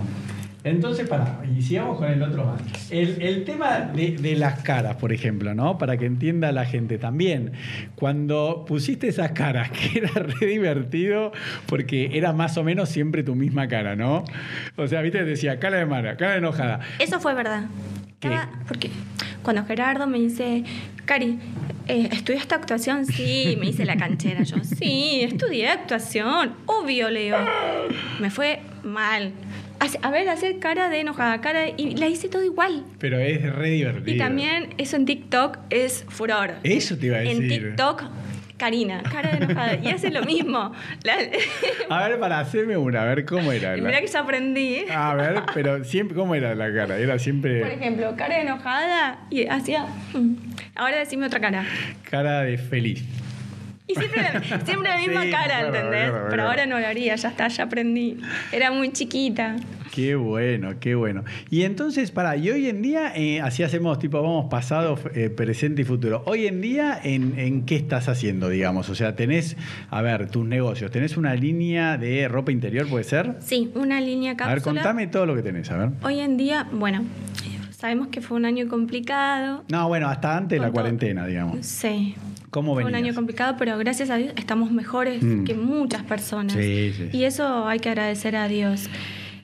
Entonces, para, y sigamos con el otro más. El, el tema de, de las caras, por ejemplo, ¿no? Para que entienda la gente también. Cuando pusiste esas caras, que era re divertido, porque era más o menos siempre tu misma cara, ¿no? O sea, viste, decía cara de mala, cara de enojada.
Eso fue verdad.
¿Qué?
Estaba- Porque cuando Gerardo me dice, Cari, eh, ¿estudiaste actuación? Sí, me dice la canchera. Yo, sí, estudié actuación. Obvio, le digo. Me fue mal. Hace- A ver, hacer cara de enojada, cara de- Y la hice todo igual.
Pero es re divertido.
Y también eso en TikTok es furor.
Eso te iba a
En
decir.
TikTok, Karina, cara de enojada. Y hace lo mismo. La-
A ver, para hacerme una, a ver cómo era.
y
la-
mira que yo aprendí.
A ver, pero siempre, ¿cómo era la cara? Era siempre.
Por ejemplo, cara de enojada y hacía. "Mm". Ahora decime otra cara.
Cara de feliz.
Y siempre la, siempre la misma
Sí,
cara,
claro,
¿entendés?
claro,
Pero
claro.
ahora no lo haría, ya está, ya aprendí. Era muy chiquita.
Qué bueno, qué bueno. Y entonces, para, y hoy en día, eh, así hacemos, tipo, vamos pasado, eh, presente y futuro. Hoy en día, ¿en, en qué estás haciendo, digamos? O sea, tenés, a ver, tus negocios, tenés una línea de ropa interior, ¿puede ser?
Sí, una línea
A
cápsula.
ver, contame todo lo que tenés, a ver.
Hoy en día, bueno, sabemos que fue un año complicado.
No, bueno, hasta antes de la
Con todo.
cuarentena, digamos.
Sí.
¿Cómo
Fue
venías?
un año complicado, pero gracias a Dios estamos mejores
Mm.
que muchas personas.
Sí, sí.
Y eso hay que agradecer a Dios.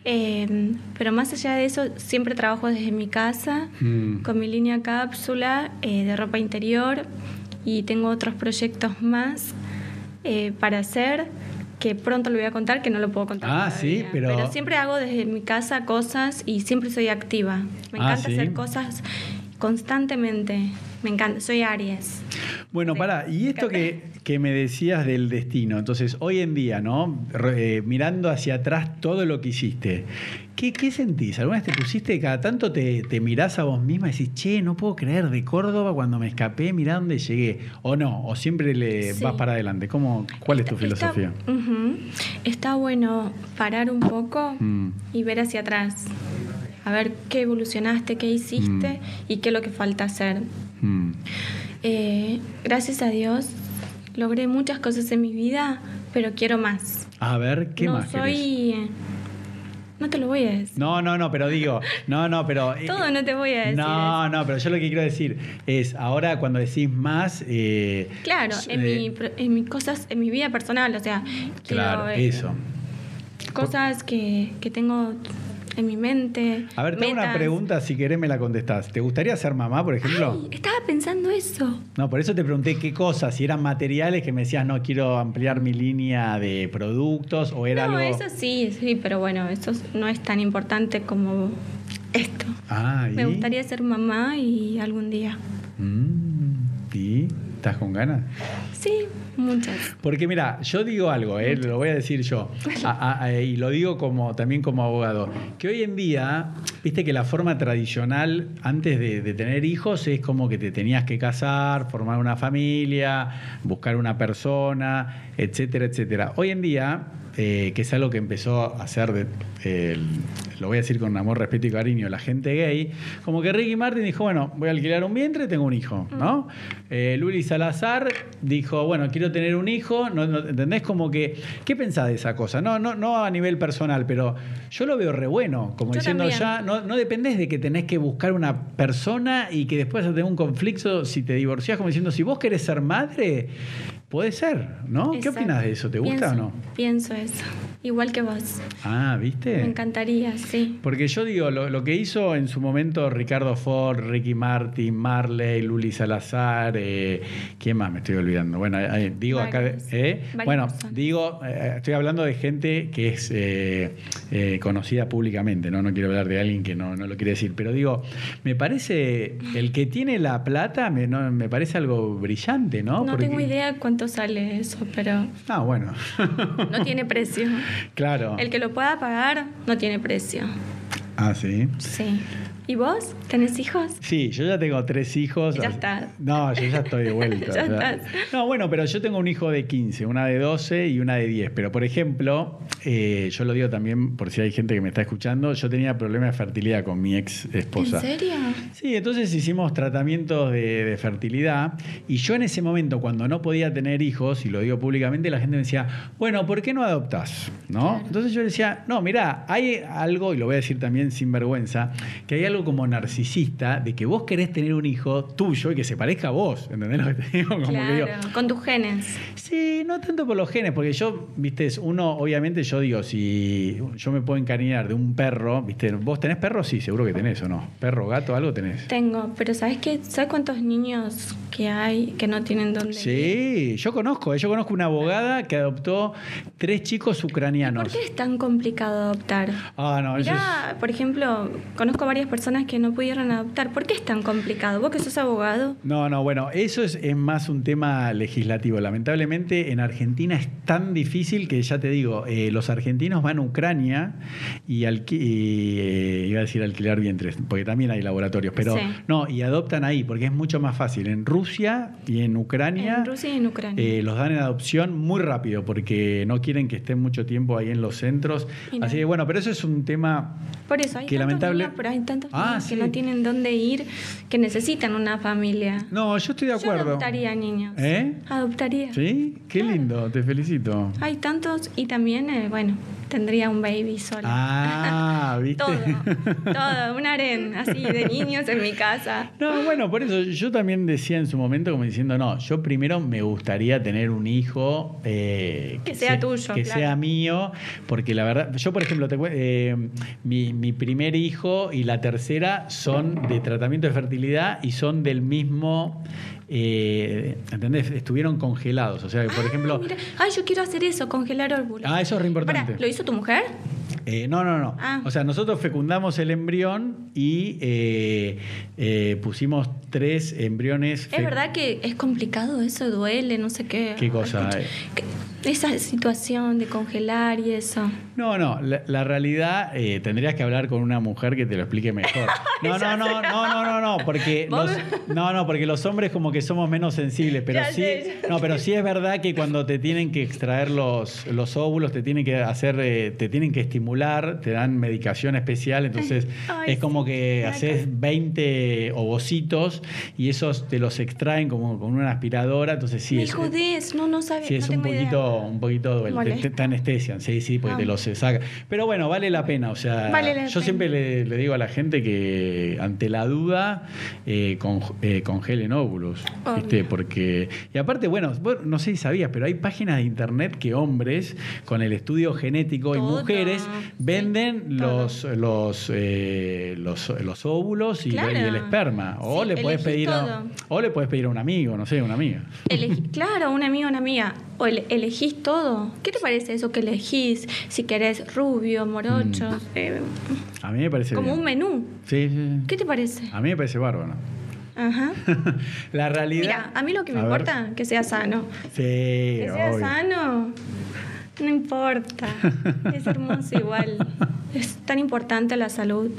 Eh, pero más allá de eso, siempre trabajo desde mi casa.
Mm.
con mi línea cápsula eh, de ropa interior y tengo otros proyectos más eh, para hacer que pronto lo voy a contar, que no lo puedo contar.
Ah, sí,
todavía.
pero-
siempre hago desde mi casa cosas y siempre soy activa. Me
Ah,
encanta
sí.
hacer cosas constantemente. Me encanta, soy Aries.
Bueno,
Sí,
pará, y esto que, que me decías del destino, entonces hoy en día, ¿no? Re- eh, mirando hacia atrás todo lo que hiciste, ¿qué, qué sentís? ¿Alguna vez te pusiste, cada tanto te, te mirás a vos misma y decís, che, no puedo creer, de Córdoba cuando me escapé, mirá dónde llegué? ¿O no? ¿O siempre le
Sí.
vas para adelante? ¿Cómo, ¿Cuál es tu
Está-
filosofía?
Ujú. Está bueno parar un poco
Mm.
y ver hacia atrás. A ver qué evolucionaste, qué hiciste y qué es lo que falta hacer.
Mm.
Eh, gracias a Dios logré muchas cosas en mi vida, pero quiero más.
A ver, ¿qué
no
más querés?
soy. No te lo voy a decir.
No, no, no, pero digo, no, no, pero... eh,
Todo no te voy a decir.
No, no, pero yo lo que quiero decir es, ahora cuando decís más... eh,
Claro, en,
eh,
mi, pro- en mis cosas, en mi vida personal, o sea, quiero,
Claro,
eh,
eso.
cosas que, que tengo en mi mente.
A ver, tengo una
metas.
pregunta, si querés me la contestás. ¿Te gustaría ser mamá, por ejemplo?
Ay, estaba pensando eso.
No, por eso te pregunté qué cosas, si eran materiales que me decías, no, quiero ampliar mi línea de productos o era
no,
algo...
eso sí, sí, pero bueno, eso no es tan importante como esto.
Ah, ¿y?
Me gustaría ser mamá y algún día.
Mm, ¿Y? ¿Estás con ganas?
Sí, muchas.
Porque mira, yo digo algo, ¿eh? lo voy a decir yo, A- a- a- y lo digo como también como abogado, que hoy en día, viste que la forma tradicional antes de, de tener hijos es como que te tenías que casar, formar una familia, buscar una persona, etcétera, etcétera. Hoy en día, eh, que es algo que empezó a hacer, de- el- lo voy a decir con amor, respeto y cariño, la gente gay, como que Ricky Martin dijo, bueno, voy a alquilar un vientre, tengo un hijo,
Mm.
¿no? Eh, Luli Salazar dijo, bueno, quiero tener un hijo, no, no- ¿entendés? Como que, ¿qué pensás de esa cosa? No, no, no a nivel personal, pero yo lo veo re bueno, como
Yo
diciendo
también.
ya, no, no dependés de que tenés que buscar una persona y que después tener un conflicto si te divorciás, como diciendo, si vos querés ser madre, puede ser, ¿no? Oh, ¿Qué
Exacto.
opinas de eso? ¿Te gusta
Pienso-
o no?
Pienso eso. Igual que vos.
Ah, ¿viste?
Me encantaría, sí.
Porque yo digo, lo, lo que hizo en su momento Ricardo Ford, Ricky Martin, Marley, Luli Salazar, eh, ¿quién más me estoy olvidando? Bueno, eh, eh, digo acá, de-
Varios.
¿eh?
Varias
bueno,
personas.
digo, eh, estoy hablando de gente que es eh, eh, conocida públicamente, ¿no? No quiero hablar de alguien que no, no lo quiere decir, pero digo, me parece, el que tiene la plata, me, no, me parece algo brillante, ¿no?
No,
Porque-
tengo idea cuánto sale eso, pero
Ah, bueno,
no tiene precio.
claro.
El que lo pueda pagar no tiene precio.
Ah, sí.
Sí. ¿Y vos? ¿Tenés hijos?
Sí, yo ya tengo tres hijos.
Y ya está.
No, yo ya estoy de vuelta.
Ya
o sea.
estás.
No, bueno, pero yo tengo un hijo de 15, una de 12 y una de 10. Pero, por ejemplo, eh, yo lo digo también por si hay gente que me está escuchando, yo tenía problemas de fertilidad con mi ex esposa.
¿En serio?
Sí, entonces hicimos tratamientos de, de fertilidad y yo en ese momento, cuando no podía tener hijos, y lo digo públicamente, la gente me decía, bueno, ¿por qué no adoptás? ¿No? Entonces yo decía, no, mirá, hay algo, y lo voy a decir también sin vergüenza, que hay algo como narcisista de que vos querés tener un hijo tuyo y que se parezca a vos, ¿entendés lo que te digo? Como que digo,
claro, con tus genes.
Sí, no tanto por los genes, porque yo, viste, es uno, obviamente, yo digo, si yo me puedo encariñar de un perro, viste, vos tenés perro, sí, seguro que tenés o no. Perro, gato, algo tenés.
Tengo, pero ¿sabes qué? ¿Sabes cuántos niños que hay que no tienen dónde ir?
Sí, yo conozco, eh, yo conozco una abogada que adoptó tres chicos
¿Por
ucranianos.
qué es tan complicado adoptar?
Ah, no, eso es-
Mirá, por ejemplo, conozco varias personas que no pudieron adoptar. ¿Por qué es tan complicado? ¿Vos que sos abogado?
No, no, bueno, eso es, es más un tema legislativo. Lamentablemente en Argentina es tan difícil que ya te digo, eh, los argentinos van a Ucrania y, alqui- y, eh, iba a decir alquilar vientres, porque también hay laboratorios, pero
Sí.
no, y adoptan ahí, porque es mucho más fácil. En Rusia y en Ucrania...
En Rusia y en Ucrania.
Eh, los dan en adopción muy rápido porque no quieren que estén mucho tiempo ahí en los centros.
Mirá.
Así que bueno, pero eso es un tema.
por eso hay
que
tantos
lamentable-
niños, pero hay tantos
Ah,
niños
sí.
que no tienen dónde ir, que necesitan una familia.
No, yo estoy de acuerdo.
Yo adoptaría niños.
¿Eh?
Adoptaría.
¿Sí? Qué
Claro.
lindo, te felicito.
Hay tantos y también, eh, bueno, tendría un baby sola.
Ah, ¿viste?
Todo, todo, un harén así de niños en mi casa.
No, bueno, por eso yo también decía en su momento como diciendo, no, yo primero me gustaría tener un hijo eh,
Que sea tuyo,
que
claro.
sea mío, porque la verdad, yo por ejemplo, te, cue- eh, mi, mi primer hijo y la tercera son de tratamiento de fertilidad y son del mismo, eh, ¿entendés? Estuvieron congelados, o sea, que por
Ah,
ejemplo...
mira. Ay, yo quiero hacer eso, congelar óvulos.
Ah, eso es re importante.
Pará, ¿Lo hizo tu mujer?
Eh, no, no, no.
Ah.
O sea, nosotros fecundamos el embrión y eh, eh, pusimos tres embriones.
Es verdad que es complicado eso, duele, no sé qué.
¿Qué cosa?
Escucha, que- Esa situación de congelar y eso.
No, no, la, la realidad eh, tendrías que hablar con una mujer que te lo explique mejor. No, no, no, no, no, no, no, porque
¿Vos?
los, no, no, porque los hombres como que somos menos sensibles, pero
Ya
sí,
sé, ya
no, pero sí es verdad que cuando te tienen que extraer los, los óvulos, te tienen que hacer, eh, te tienen que estimular, te dan medicación especial, entonces
Ay,
es como que
sí,
haces 20 ovocitos y esos te los extraen como con una aspiradora, entonces sí
Me
es
jodés, no, no sabía.
Sí, es
no
un
tengo idea.
poquito, un poquito duele. Te- Te,
Molesta.
te anestesian, sí, sí, porque
Ah.
te lo se saca. Pero bueno, vale la pena. O sea,
Vale la
yo
pena.
siempre le, le digo a la gente que ante la duda eh, con- eh, congelen óvulos.
Obvio.
¿viste? Porque. Y aparte, bueno, vos no sé si sabías, pero hay páginas de internet que hombres con el estudio genético y
Todo.
mujeres venden
Sí, todo.
los, los, eh, los, los óvulos y,
Claro.
y el esperma. O
Sí,
le puedes
elegís
pedir a,
todo.
o le puedes pedir a un amigo, no sé, una amiga.
Elegí- claro, un amigo, una amiga. O ele- elegís todo. ¿Qué te parece eso que elegís? Si querés rubio, morocho, eh,
A mí me parece Mm.
como
bien.
un menú.
Sí, sí, sí.
¿Qué te parece?
A mí me parece bárbaro.
Ajá.
La realidad.
Mira, a mí lo que me
Ah. A ver.
importa que sea sano.
Sí,
Que sea
obvio.
sano, no importa. Es hermoso igual. Es tan importante la salud.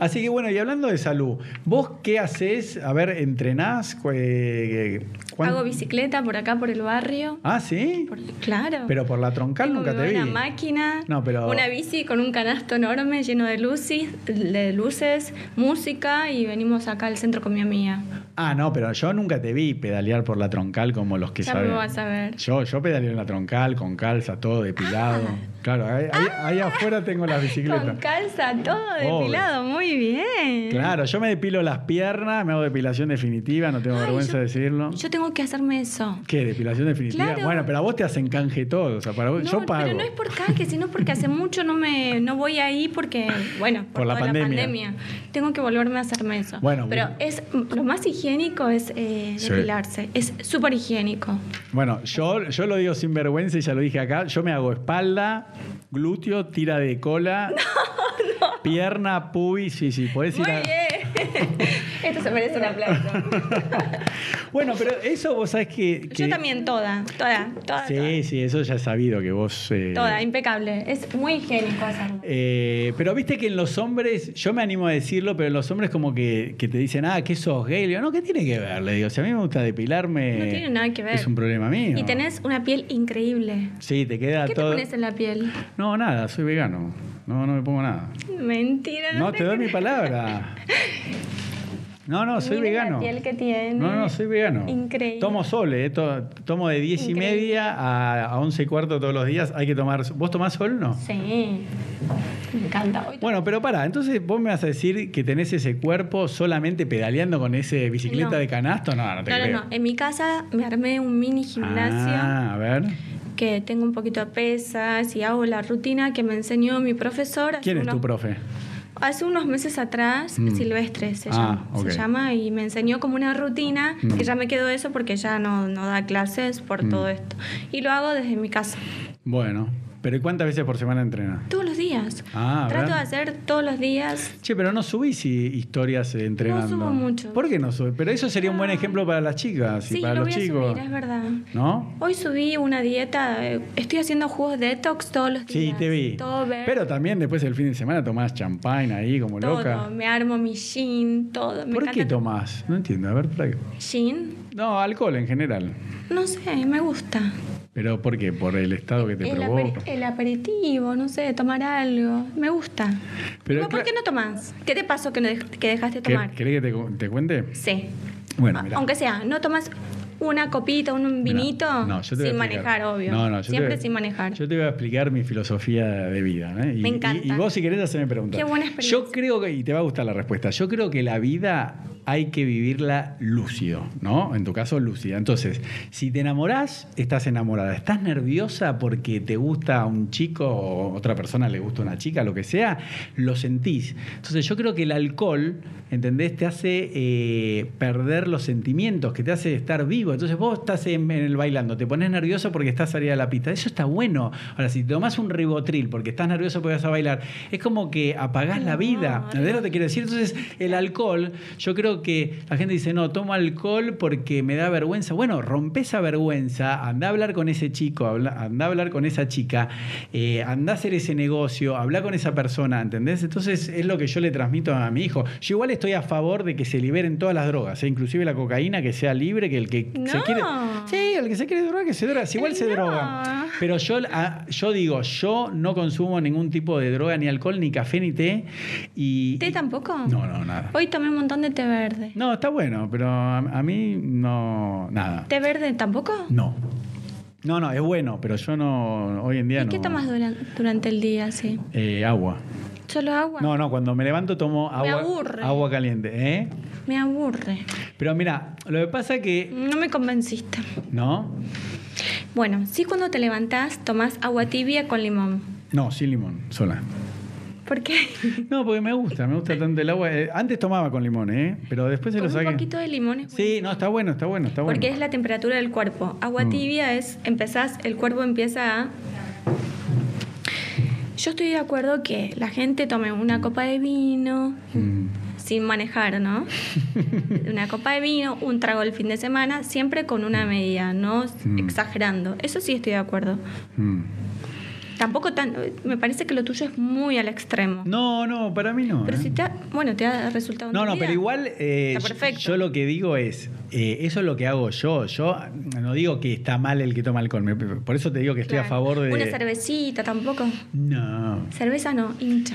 Así que bueno, y hablando de salud, ¿vos qué haces? A ver, ¿entrenás? Cu- eh, cuán-
Hago bicicleta por acá, por el barrio.
Ah, sí.
Por- claro.
Pero por la troncal
Tengo
nunca
mi
te vi.
buena máquina,
No, pero-
una bici con un canasto enorme lleno de luces, de luces, música y venimos acá al centro con mi amiga.
Ah, no, pero yo nunca te vi pedalear por la troncal como los que
Ya
saben.
me vas a ver.
Yo, yo pedaleo en la troncal, con calza, todo depilado.
Ah.
Claro, ahí, ahí- ahí afuera tengo las bicicletas.
Con calza, todo
Obvio.
depilado, muy bien.
Claro, yo me depilo las piernas, me hago depilación definitiva, no tengo
Ay,
vergüenza
yo-
de decirlo.
Yo tengo que hacerme eso.
¿Qué? ¿Depilación definitiva?
Claro.
Bueno, pero a vos te hacen canje todo. O sea, para vos,
No,
yo pago.
Pero no es por canje, sino porque hace mucho no me no voy ahí porque, bueno,
Por la
toda
pandemia.
Tengo que volverme a hacerme eso.
Bueno,
pero
bu-
es lo más higiénico es eh,
Sí.
depilarse. Es súper higiénico.
Bueno, yo, yo lo digo sin vergüenza y ya lo dije acá. Yo me hago espalda, glúteo, tira de cola, pierna, pubis. Sí, sí, podés ir
Muy
a-
bien. Esto se merece un aplauso.
Bueno, pero eso vos sabés que. que-
Yo también toda, toda, toda.
Sí, sí, eso ya he sabido que vos. eh,
Toda, toda, impecable. Es muy higiénico hacerlo.
Eh, pero viste que en los hombres, yo me animo a decirlo, pero en los hombres como que, que te dicen, ah, que sos gay. Le digo, no, ¿qué tiene que ver? Le digo, si a mí me gusta depilarme.
No tiene nada que ver.
Es un problema mío.
Y tenés una piel increíble.
Sí, te queda
¿Qué te
todo.
pones en la piel?
No, nada, soy vegano. No, no me pongo nada.
Mentira.
No, te doy mi palabra. No, no, soy
Miren
vegano.
La piel que tiene.
No, no, soy vegano.
Increíble.
Tomo sole, eh, to- tomo de 10 y
Increíble.
media a, a 11 y cuarto todos los días. Hay que tomar. ¿Vos tomás sol? No.
Sí, me encanta. Hoy
Bueno, pero pará, entonces vos me vas a decir que tenés ese cuerpo solamente pedaleando con ese bicicleta
No.
de canasto. No, no te
no,
creo.
no, no. En mi casa me armé un mini gimnasio
Ah, a ver.
que tengo un poquito de pesas y hago la rutina que me enseñó mi profesor. hace
¿Quién es
unos-
tu profe?
Hace unos meses atrás,
Mm.
Silvestre se,
Ah,
llama,
ok.
se llama, y me enseñó como una rutina,
Mm.
que ya me quedó eso porque ya no, no da clases por
Mm.
todo esto. Y lo hago desde mi casa,
Bueno, pero ¿y cuántas veces por semana entrenas?
todos los días.
Ah, a
Trato
ver.
de hacer todos los días.
Che, pero no subís hi- historias eh, entrenando.
No subo mucho.
¿Por qué no subís? Pero eso sería un buen
Ah.
ejemplo para las chicas y
Sí,
para
lo
los
voy
chicos.
a subir, es verdad.
¿No?
Hoy subí una dieta, eh, estoy haciendo jugos detox todos los
Sí,
días.
te vi.
Todo verde,
Pero también después el fin de semana tomás champagne ahí como
todo.
loca.
Me armo mi gin, todo. Me
¿Por
encanta
qué tomás? No entiendo. A ver, para qué.
Gin,
No, alcohol en general.
no sé, me gusta.
¿Pero por qué? ¿Por el estado que te
El,
provoca?
aperi- el aperitivo, no sé, tomar algo. Me gusta.
Pero
Digo, eh, ¿Por
cla-
qué no tomás? ¿Qué te pasó que, no dej- que dejaste de
¿Qué- Ah,
tomar?
¿Querés que te, cu- te cuente?
Sí.
Bueno,
A-
mira.
Aunque sea, no tomas una copita, un vinito, sin manejar, obvio. Siempre sin manejar.
Yo te voy a explicar mi filosofía de vida. ¿eh? Y,
Me
y-
encanta.
Y, vos, si querés, hacerme preguntas.
Qué buena
Yo
experiencia.
creo que, y te va a gustar la respuesta, yo creo que la vida hay que vivirla lúcido, ¿no? En tu caso, lúcida. Entonces, si te enamorás, estás enamorada. Estás nerviosa porque te gusta un chico o otra persona le gusta una chica, lo que sea, lo sentís. Entonces, yo creo que el alcohol ¿entendés? Te hace eh, perder los sentimientos, que te hace estar vivo. Entonces vos estás en, en el bailando, te pones nervioso porque estás salida de la pista. Eso está bueno. Ahora, si tomás un ribotril porque estás nervioso porque vas a bailar, es como que apagás la
Ah,
vida. ¿Entendés lo que te quiero decir? Entonces, el alcohol, yo creo que la gente dice, no, tomo alcohol porque me da vergüenza. Bueno, rompe esa vergüenza, anda a hablar con ese chico, habla- anda a hablar con esa chica, eh, anda a hacer ese negocio, habla con esa persona, ¿entendés? Entonces es lo que yo le transmito a mi hijo. Yo igual estoy a favor de que se liberen todas las drogas, eh, inclusive la cocaína, que sea libre, que el que se
No.
quiere... Sí, el que se quiere drogar, que se droga, si igual se
No.
droga. Pero yo, ah, yo digo, yo no consumo ningún tipo de droga, ni alcohol, ni café, ni té. Y,
¿Té tampoco?
No, no, nada.
Hoy tomé un montón de té verde.
No, está bueno, pero a, a mí no, nada.
¿Té verde tampoco?
No. No, no, es bueno, pero yo no, hoy en día
¿Y
no.
qué tomas duran- durante el día, sí?
Eh, agua.
Solo agua.
No, no, cuando me levanto tomo
Me
agua,
aburre.
agua caliente, ¿eh?
Me aburre.
Pero mira, lo que pasa que,
No me convenciste.
¿no?
Bueno, sí cuando te levantás tomás agua tibia con limón.
No, sin limón, sola.
¿Por qué?
No, porque me gusta, me gusta tanto el agua. Eh, Antes tomaba con limón, ¿eh? Pero después se
Con
lo saqué.
un poquito de limón es
Sí, no, está bueno, está bueno, está bueno.
Porque es la temperatura del cuerpo. Agua
Mm.
tibia es, empezás, el cuerpo empieza a... Yo estoy de acuerdo que la gente tome una copa de vino,
Mm.
sin manejar, ¿no? una copa de vino, un trago el fin de semana, siempre con una medida, no
Mm.
exagerando. Eso sí estoy de acuerdo.
Mm.
Tampoco tan... Me parece que lo tuyo es muy al extremo.
No, no, para mí no.
Pero
¿eh?
si te ha, bueno, te ha resultado en
No,
tu
no,
vida.
pero igual eh, yo-
Está perfecto.
yo lo que digo es, eh, eso es lo que hago yo. Yo no digo que está mal el que toma alcohol, me- por eso te digo que estoy a
Claro.
favor de...
Una cervecita tampoco.
No,
Cerveza no, hincha.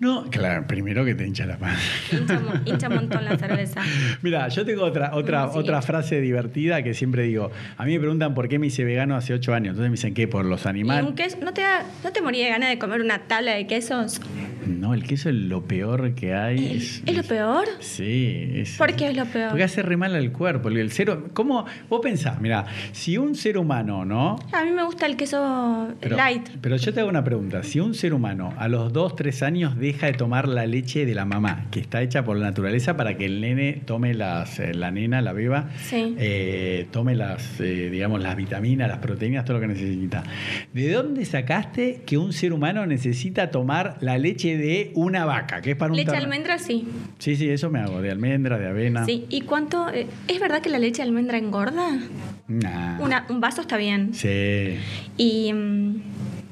no, claro, primero que te hincha la pan.
Hincha, mo- hincha un montón la cerveza.
Mira, yo tengo otra, otra,
Vamos a seguir.
otra frase divertida que siempre digo. A mí me preguntan por qué me hice vegano hace ocho años. Entonces me dicen, ¿qué? ¿Por los
¿Y
animales?
un queso? ¿No te, da- ¿No te moría de ganas de comer una tabla de quesos?
No, el queso es lo peor que hay.
¿Es lo peor?
Sí. Es,
¿Por qué es lo peor?
Porque hace re mal al cuerpo. El cero, ¿Cómo? Vos pensás, mira, si un ser humano, ¿no?
A mí me gusta el queso
Pero,
light.
pero yo te hago una pregunta. Si un ser humano a los 2, 3 años deja de tomar la leche de la mamá, que está hecha por la naturaleza para que el nene tome las, eh, la nena, la beba,
Sí.
eh, tome las, eh, digamos, las vitaminas, las proteínas, todo lo que necesita. ¿De dónde sacaste que un ser humano necesita tomar la leche de una vaca, que es para un
Leche de
ter-
almendra, sí.
Sí, sí, eso me hago, de almendra, de avena.
Sí. ¿Y cuánto? eh, ¿Es verdad que la leche de almendra engorda?
Nah.
Una- un vaso está bien.
Sí.
Y mm,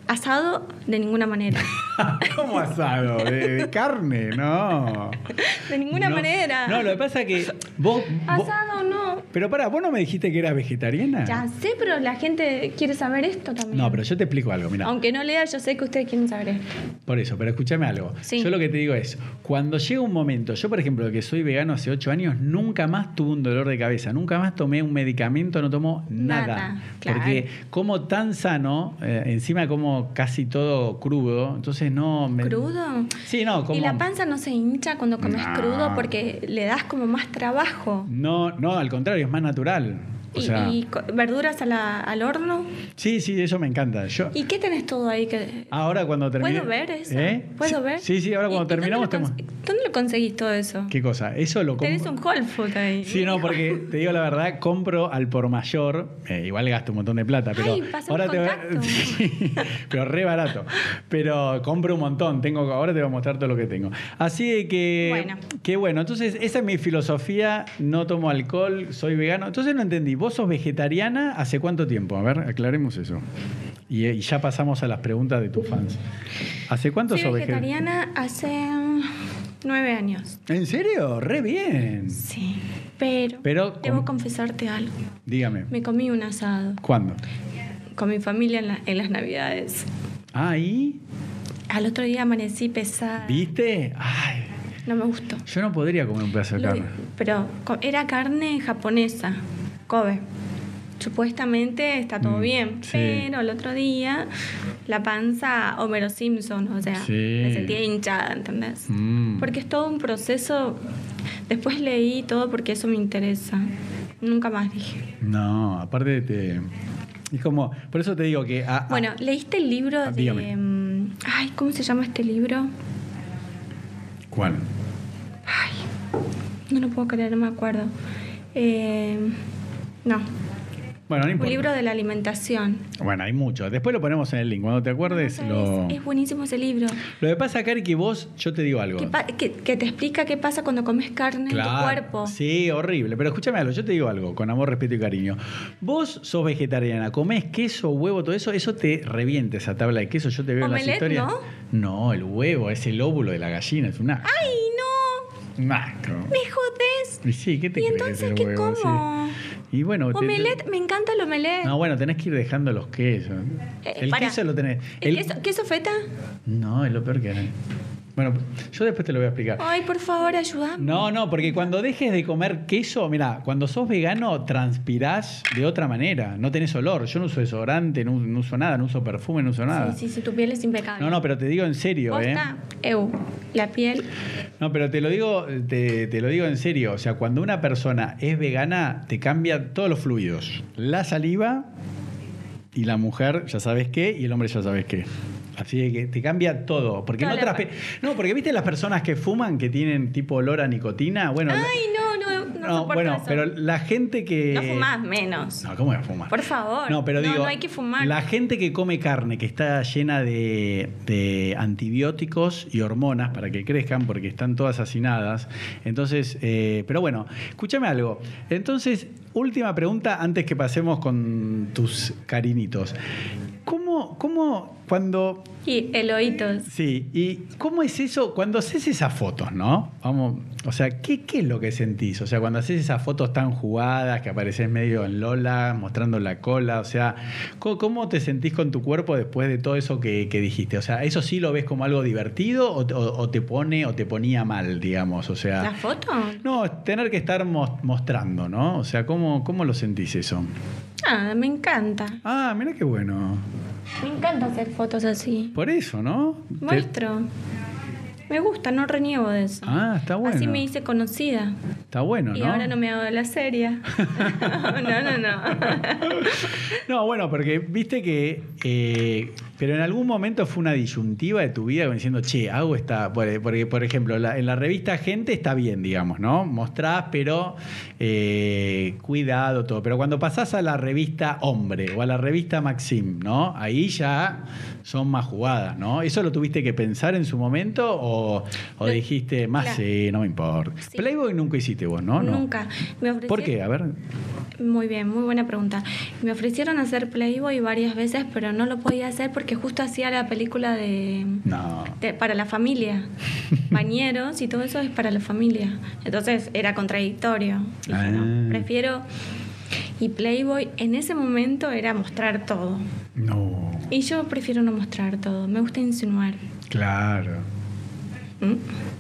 asado, de ninguna manera.
¿Cómo asado? De, de carne, no.
De ninguna
No.
manera.
No, lo que pasa que vos. vos-
Asado no.
pero pará, ¿vos no me dijiste que eras vegetariana?
Ya sé, pero la gente quiere saber esto también.
Ah. No, pero yo te explico algo, mira.
Aunque no lea, yo sé que ustedes quieren saber esto.
Por eso, pero escúchame algo.
Sí.
Yo lo que te digo es, cuando llega un momento, yo por ejemplo, que soy vegano hace ocho años, nunca más tuve un dolor de cabeza, nunca más tomé un medicamento, no tomo nada.
Nada, claro.
Porque como tan sano, eh, encima como casi todo crudo, entonces no me...
¿Crudo?
Sí, no, como...
¿Y la panza no se hincha cuando comes
No.
crudo porque le das como más trabajo?
No, no, al contrario, es más natural. O
Y-
sea,
y, co- verduras a la- al horno?
sí, sí, eso me encanta. Yo,
¿Y qué tenés todo ahí que...?
ahora cuando termine...
¿Puedo ver eso?
¿Eh?
¿Puedo
Sí,
ver?
Sí, sí, ahora
¿Y-
cuando
y dónde
terminamos...
lo cons-
tenemos-
¿Dónde lo conseguís todo eso?
¿Qué cosa? Eso lo compro.
Tenés un Whole Food ahí.
Sí, no, porque te digo la verdad, compro al por mayor, eh, igual gasto un montón de plata, pero
Ay, pásame el
te
contacto.
Sí, pero re barato. Pero compro un montón, tengo ahora te voy a mostrar todo lo que tengo. Así de que
Bueno.
que bueno, entonces esa es mi filosofía, no tomo alcohol, soy vegano. Entonces no entendí, vos sos vegetariana hace cuánto tiempo? A ver, aclaremos eso. Y, y ya pasamos a las preguntas de tus fans. ¿Hace cuánto
Soy
sos vegeta-
vegetariana hace mm, nueve años.
¿En serio? Re bien.
Sí, pero,
Pero
debo
com-
confesarte algo.
Dígame.
Me comí un asado
¿Cuándo?
con mi familia en, la- en las navidades.
Ahí.
Al otro día amanecí pesada.
¿Viste? Ay,
No me gustó.
yo no podría comer un pedazo de
Lo-
carne.
pero co- era carne japonesa, Kobe. Supuestamente está todo
Mm,
bien,
sí.
pero el otro día la panza Homero Simpson, o sea,
Sí.
me sentía hinchada, ¿entendés?
Mm.
Porque es todo un proceso. Después leí todo porque eso me interesa. Nunca más dije.
No, aparte te... Es como... Por eso te digo que... ah, a- a-
Bueno, ¿leíste el libro
Ah, dígame.
de. mm, Ay, ¿cómo se llama este libro?
¿Cuál?
Ay, No lo puedo creer, no me acuerdo. Eh, no.
Bueno, no
Un
importa.
libro de la alimentación.
Bueno, hay mucho. Después lo ponemos en el link. Cuando te acuerdes, lo...
¿Sabes? Es buenísimo ese libro.
Lo que pasa, Cari, que vos, yo te digo algo.
Que, pa- que- que te explica qué pasa cuando comes carne en tu
Claro.
cuerpo.
Sí, horrible. Pero escúchame algo, yo te digo algo, con amor, respeto y cariño. Vos sos vegetariana, comés queso, huevo, todo eso, eso te revienta esa tabla de queso. Yo te veo en las
Omelette,
historias.
¿no? Ah.
No, el huevo es el óvulo de la gallina, es un asco.
¡Ay, no!
Un asco.
¡Me jodés!
Y sí, ¿qué te
¿Y
crees
entonces
del
qué
huevo? Sí.
como?
Y bueno, te-
Omelette, me encanta el omelette.
No, bueno, tenés que ir dejando los quesos.
Eh,
el
pará.
queso lo tenés.
¿El
El-
queso, queso feta?
No, es lo peor que hay. Bueno, yo después te lo voy a explicar.
Ay, por favor, ayúdame.
No, no, porque cuando dejes de comer queso, mira, cuando sos vegano transpirás de otra manera, no tenés olor. Yo no uso desodorante, no, no uso nada, no uso perfume, no uso nada.
Sí, sí, sí, tu piel es impecable.
No, no, pero te digo en serio, ¿eh?
Posta, eu, la piel.
No, pero te lo digo, te, te lo digo en serio. O sea, cuando una persona es vegana, te cambia todos los fluidos. La saliva y la mujer ya sabes qué y el hombre ya sabes qué. Así de que te cambia todo. Porque en
Toda la
otras
parte.
pe- No, porque viste las personas que fuman que tienen tipo olor a nicotina. Bueno, la-
Ay, no, no, no,
no,
soporto
bueno,
eso.
pero la gente que.
No fumás menos.
No, ¿cómo voy a fumar?
Por favor.
No, pero
No,
digo.
no hay que fumar.
La gente que come carne, que está llena de, de antibióticos y hormonas para que crezcan, porque están todas hacinadas. Entonces, eh, pero bueno, escúchame algo. Entonces, última pregunta antes que pasemos con tus carinitos. ¿Cómo, cómo cuando
Y el oídos.
Sí, ¿y cómo es eso cuando haces esas fotos, no? Vamos, o sea, ¿qué, qué es lo que sentís? O sea, cuando haces esas fotos tan jugadas, que apareces medio en Lola, mostrando la cola, o sea, ¿cómo, cómo te sentís con tu cuerpo después de todo eso que, que dijiste? O sea, ¿eso sí lo ves como algo divertido o, te- o- o te pone o te ponía mal, digamos? O
¿La
sea,
foto?
no, tener que estar mos- mostrando, ¿no? O sea, ¿cómo, cómo lo sentís eso?
Ah, me encanta.
Ah, mira qué bueno.
Me encanta hacer fotos así.
Por eso, ¿no? Te-
Muestro. Me gusta, no reniego de eso.
Ah, está bueno.
Así me hice conocida.
Está bueno, ¿no?
Y ahora no me hago la serie. no, no, no.
No, bueno, porque viste que. eh, pero en algún momento fue una disyuntiva de tu vida como diciendo, che, hago esta. por- Porque, por ejemplo, la- en la revista Gente está bien, digamos, ¿no? Mostrás, pero eh, cuidado, todo. Pero cuando pasás a la revista Hombre o a la revista Maxim, ¿no? Ahí ya son más jugadas, ¿no? ¿Eso lo tuviste que pensar en su momento o, o
Lo-
dijiste, más
claro.
sí, no me importa?
Sí.
Playboy nunca hiciste vos, ¿no? No.
Nunca. Me ofrecieron-
¿Por qué? A ver.
Muy bien, muy buena pregunta. Me ofrecieron hacer Playboy varias veces, pero no lo podía hacer porque justo hacía la película de,
No.
de- para la familia. Bañeros y todo eso es para la familia. Entonces era contradictorio. Dije,
Ah.
no, prefiero. Y Playboy en ese momento era mostrar todo.
No.
Y yo prefiero no mostrar todo. Me gusta insinuar.
Claro.
¿Mm?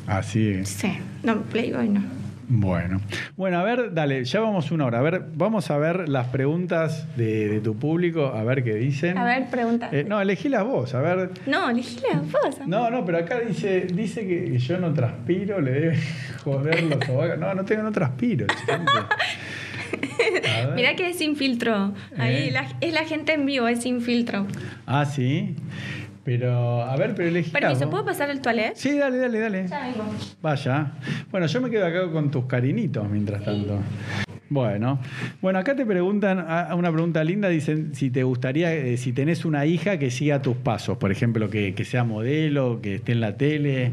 Así es.
Sí. No, Playboy no.
Bueno. Bueno, a ver, dale, ya vamos una hora. A ver, vamos a ver las preguntas de, de tu público, a ver qué dicen.
A ver, pregunta.
Eh, no, elegí las vos, a ver.
No, elegí la voz.
No, no, pero acá dice, dice que yo no transpiro, le debe joder los sobacos. No, no tengo, no transpiro, gente. A ver.
Mirá que es sin filtro. Ahí
Eh.
la- es la gente en vivo, es sin filtro.
Ah, sí. Pero, a ver, pero elegí. las
Permiso,
vos.
¿puedo pasar al toilet?
Sí, dale, dale, dale. Vaya. Bueno, yo me quedo acá con tus carinitos mientras tanto. Bueno, bueno, acá te preguntan a- a una pregunta linda, dicen si te gustaría, eh, si tenés una hija que siga tus pasos, por ejemplo, que, que sea modelo, que esté en la tele,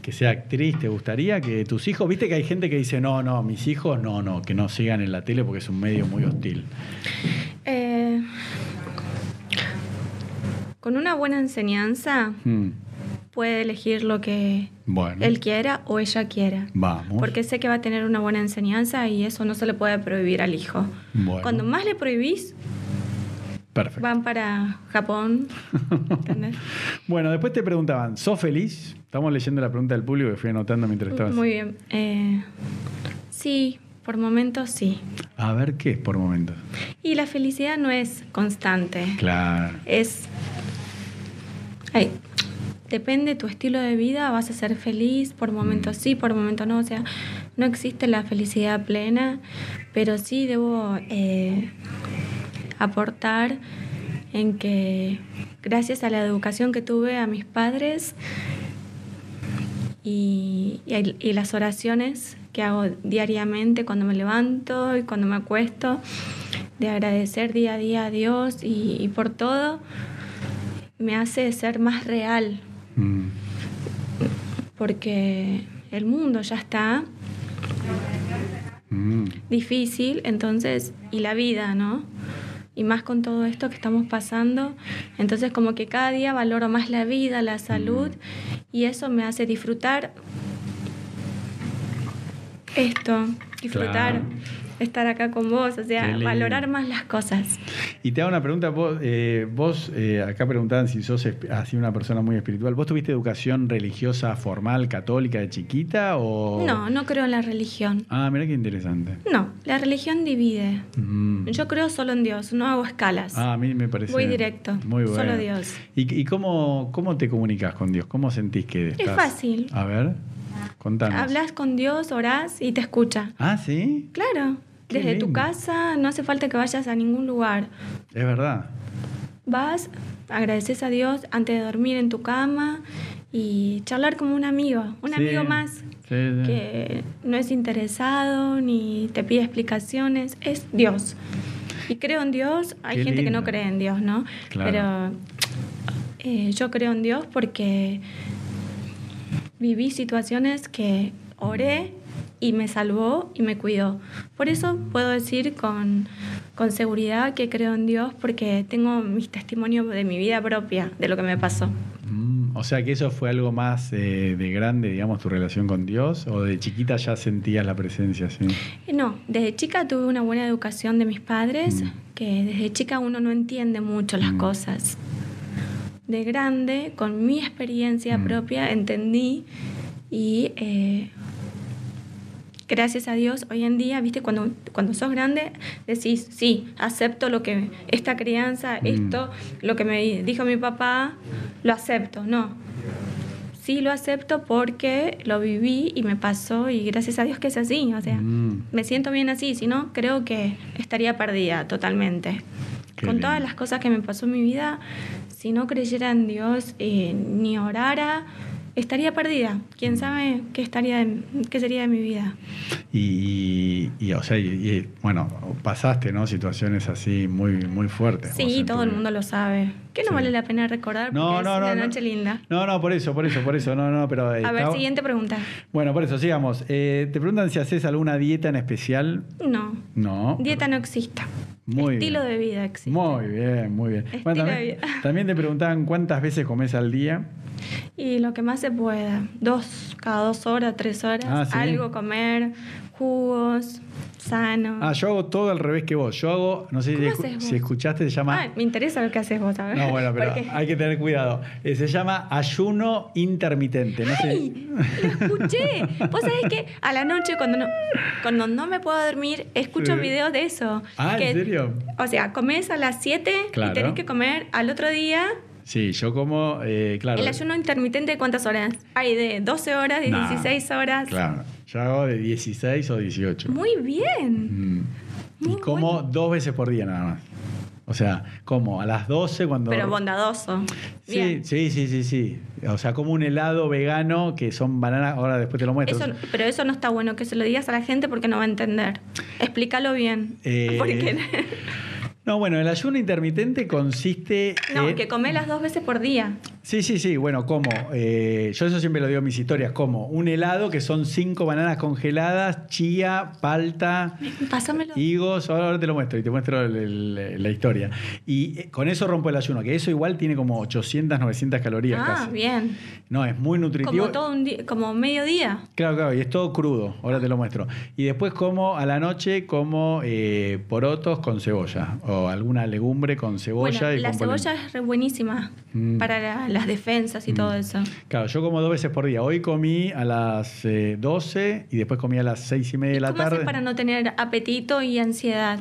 que sea actriz, ¿te gustaría que tus hijos, viste que hay gente que dice, no, no, mis hijos, no, no, que no sigan en la tele porque es un medio muy hostil.
Eh, con una buena enseñanza
Hmm,
puede elegir lo que
Bueno,
él quiera o ella quiera.
vamos.
Porque sé que va a tener una buena enseñanza y eso no se le puede prohibir al hijo.
Bueno.
Cuando más le prohibís,
Perfecto.
van para Japón. ¿entendés?
Bueno, después te preguntaban, ¿sos feliz? Estamos leyendo la pregunta del público que fui anotando mientras estabas.
Mm, Muy bien. Eh, sí, por momentos sí.
A ver qué es por momentos.
Y la felicidad no es constante.
Claro.
Es. Ay, depende tu estilo de vida, vas a ser feliz, por momentos sí, por momentos no. O sea, no existe la felicidad plena, pero sí debo eh, aportar en que gracias a la educación que tuve a mis padres, y, y- y las oraciones que hago diariamente cuando me levanto y cuando me acuesto, de agradecer día a día a Dios y, y por todo, me hace ser más real,
Mm.
porque el mundo ya está
Mm.
difícil, entonces, y la vida, ¿no? Y más con todo esto que estamos pasando, entonces como que cada día valoro más la vida, la salud, y eso me hace disfrutar esto, disfrutar,
Claro.
estar acá con vos, o
Qué
sea,
lindo.
valorar más las cosas.
Y te hago una pregunta, vos, eh, vos, eh, acá preguntaban si sos esp- así una persona muy espiritual. ¿Vos tuviste educación religiosa formal, católica de chiquita o...?
No, no creo en la religión.
Ah, mira qué interesante.
No, la religión divide.
Mm.
Yo creo solo en Dios, no hago escalas.
Ah, a mí me parece...
Voy directo,
Muy bueno.
solo Dios.
¿Y, y cómo, cómo te comunicas con Dios? ¿Cómo sentís que estás...?
fácil.
A ver, contanos.
Hablas con Dios, orás y te escucha.
Ah, ¿sí?
Claro,
Qué
desde tu
lindo.
casa no hace falta que vayas a ningún lugar.
Es verdad.
Vas, agradeces a Dios antes de dormir en tu cama y charlar como un amigo, un
Sí,
amigo más
sí, sí.
que no es interesado ni te pide explicaciones, es Dios. Y creo en Dios, hay
Qué
gente que no
lindo.
cree en Dios, ¿no?
Claro.
Pero eh, yo creo en Dios porque viví situaciones que oré y me salvó y me cuidó. Por eso puedo decir con, con seguridad que creo en Dios porque tengo mis testimonios de mi vida propia, de lo que me pasó.
Mm, o sea que eso fue algo más eh, de grande, digamos, tu relación con Dios, o de chiquita ya sentías la presencia, sí.
Eh, No, desde chica tuve una buena educación de mis padres,
Mm.
que desde chica uno no entiende mucho las
Mm.
cosas. De grande, con mi experiencia
Mm.
propia, entendí y eh, gracias a Dios hoy en día, viste, cuando, cuando sos grande decís, sí, acepto lo que, esta crianza,
Mm.
esto, lo que me dijo mi papá, lo acepto, no. Sí, lo acepto porque lo viví y me pasó y gracias a Dios que es así, o sea,
Mm,
me siento bien así, si no, creo que estaría perdida totalmente.
Qué
Con todas
lindo.
las cosas que me pasó en mi vida, si no creyera en Dios eh, ni orara, estaría perdida. ¿Quién sabe qué, estaría de- qué sería de mi vida?
y, y, o sea, y- y, bueno, pasaste, ¿no? Situaciones así muy, muy fuertes. vos
Sí,
en tu
todo el
vida.
mundo lo sabe. Que no
Sí.
vale la pena recordar porque
No, no,
es
no.
una
no.
noche linda.
No, no, por eso, por eso, por eso. No, no, pero. eh,
A ver,
está-
siguiente pregunta.
Bueno, por eso, sigamos. Eh, te preguntan si haces alguna dieta en especial.
No,
No.
dieta no existe.
Muy
Estilo
bien.
de vida existe.
Muy bien, muy bien.
Estilo
Bueno,
de
también,
vida.
también te preguntaban cuántas veces comes al día.
Y lo que más se pueda. Dos, cada dos horas, tres horas.
Ah, ¿sí?
Algo comer, jugos, sano.
Ah, yo hago todo al revés que vos. Yo hago, no sé si,
¿Cómo
escu-
haces vos?
si escuchaste, se llama.
Ah, me interesa lo que haces vos, ¿sabes?
no, bueno, pero hay que tener cuidado. Eh, se llama ayuno intermitente. No sé.
Lo escuché. Vos sabés que a la noche cuando no, cuando no me puedo dormir, escucho
Sí.
videos de eso.
Ah, ¿en
Que-
serio?
O sea, comes a las 7
Claro.
y tenés que comer al otro día.
Sí, yo como, eh, claro.
El ayuno intermitente, ¿cuántas horas? Hay de 12 horas, de
Nah,
16 horas.
Claro. Yo hago de 16 o 18.
Muy bien.
Mm.
muy
y como dos veces por día nada más. O sea, como a las 12 cuando.
Pero bondadoso.
Sí,
Bien.
sí, sí, sí, sí. O sea, como un helado vegano que son bananas. Ahora después te lo muestro.
Eso, pero eso no está bueno que se lo digas a la gente porque no va a entender. Explícalo bien.
Eh,
Porque,
No, bueno, el ayuno intermitente consiste
no,
en.
que comés las dos veces por día.
Sí, sí, sí. Bueno, como. eh, yo eso siempre lo digo en mis historias. Como un helado que son cinco bananas congeladas, chía, palta,
Pásamelo.
higos. Ahora, ahora te lo muestro y te muestro el- el- la historia. Y eh, con eso rompo el ayuno, que eso igual tiene como 800, 900 calorías
ah,
casi.
bien.
No, es muy nutritivo.
Como todo un día, como mediodía.
Claro, claro, y es todo crudo, ahora te lo muestro. Y después como a la noche como eh, porotos con cebolla o alguna legumbre con cebolla
bueno,
y
la
con polenta.
cebolla es re buenísima
Mm.
para la- las defensas y todo eso.
Claro, yo como dos veces por día. Hoy comí a las eh, 12 y después comí a las 6 y media de la
¿Cómo
tarde.
haces para no tener apetito y ansiedad?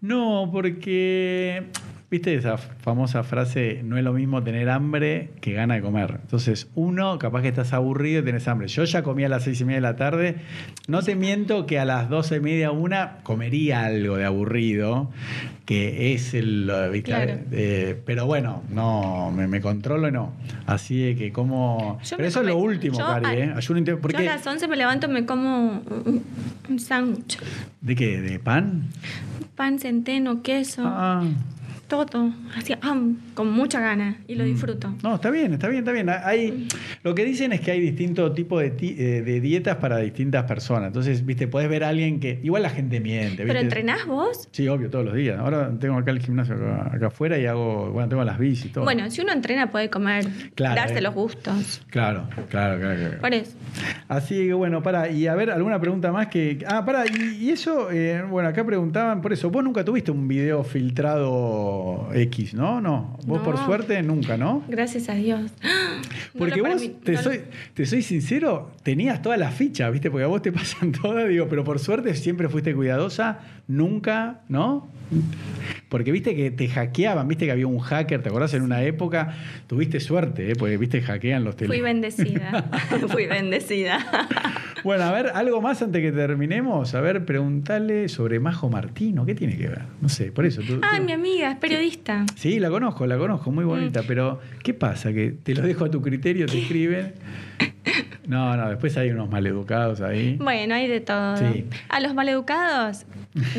No, porque ¿Viste esa famosa frase, no es lo mismo tener hambre que gana de comer? Entonces, uno, capaz que estás aburrido y tenés hambre. Yo ya comía a las seis y media de la tarde. No te miento que a las doce y media, una, comería algo de aburrido, que es el... ¿viste?
Claro.
Eh, pero bueno, no, me, me controlo y no. Así de que como...
Yo
pero
me
eso es lo
come-
último,
yo
Cari,
a-
¿eh? Ayuno inter-
Yo a
porque,
las 11 me levanto y me como un, un sándwich.
¿De qué? ¿De pan?
Pan, centeno, queso,
Ah. Mm.
todo. Así, am, con mucha gana y lo disfruto.
No, está bien, está bien, está bien. Hay, lo que dicen es que hay distinto tipo de, ti- eh, de dietas para distintas personas. Entonces, viste, podés ver a alguien que. Igual la gente miente.
¿Pero
¿viste?
entrenás vos?
Sí, obvio, todos los días. Ahora tengo acá el gimnasio acá, acá afuera y hago. Bueno, tengo las bici y todo.
Bueno, si uno entrena puede comer,
Claro,
darse
eh.
los gustos.
Claro, claro, claro. claro.
Por eso.
Así que bueno, para, y a ver, alguna pregunta más que. Ah, para, y, y eso, eh, bueno, acá preguntaban por eso. Vos nunca tuviste un video filtrado X, ¿no? No. Vos por
No.
suerte nunca, ¿no?
Gracias a Dios. No
Porque
lo
vos,
permi-
te,
no lo-
soy, te soy sincero, tenías todas las fichas, ¿viste? Porque a vos te pasan todas, digo, pero por suerte siempre fuiste cuidadosa, nunca, ¿no? Porque viste que te hackeaban, viste que había un hacker, ¿te acordás? En una época tuviste suerte, ¿eh? Porque viste, hackean los
Fui
teléfonos.
bendecida. Fui bendecida.
Bueno, a ver, algo más antes que terminemos. A ver, preguntale sobre Majo Martino, ¿qué tiene que ver? No sé, por eso. tú-
Ah,
tú-
mi amiga, es periodista.
Sí, la conozco, la conozco,
Mm.
muy bonita, pero ¿qué pasa? Que te lo dejo a tu criterio, te escriben. No, no, después hay unos maleducados ahí.
Bueno, hay de todo.
Sí.
A los maleducados,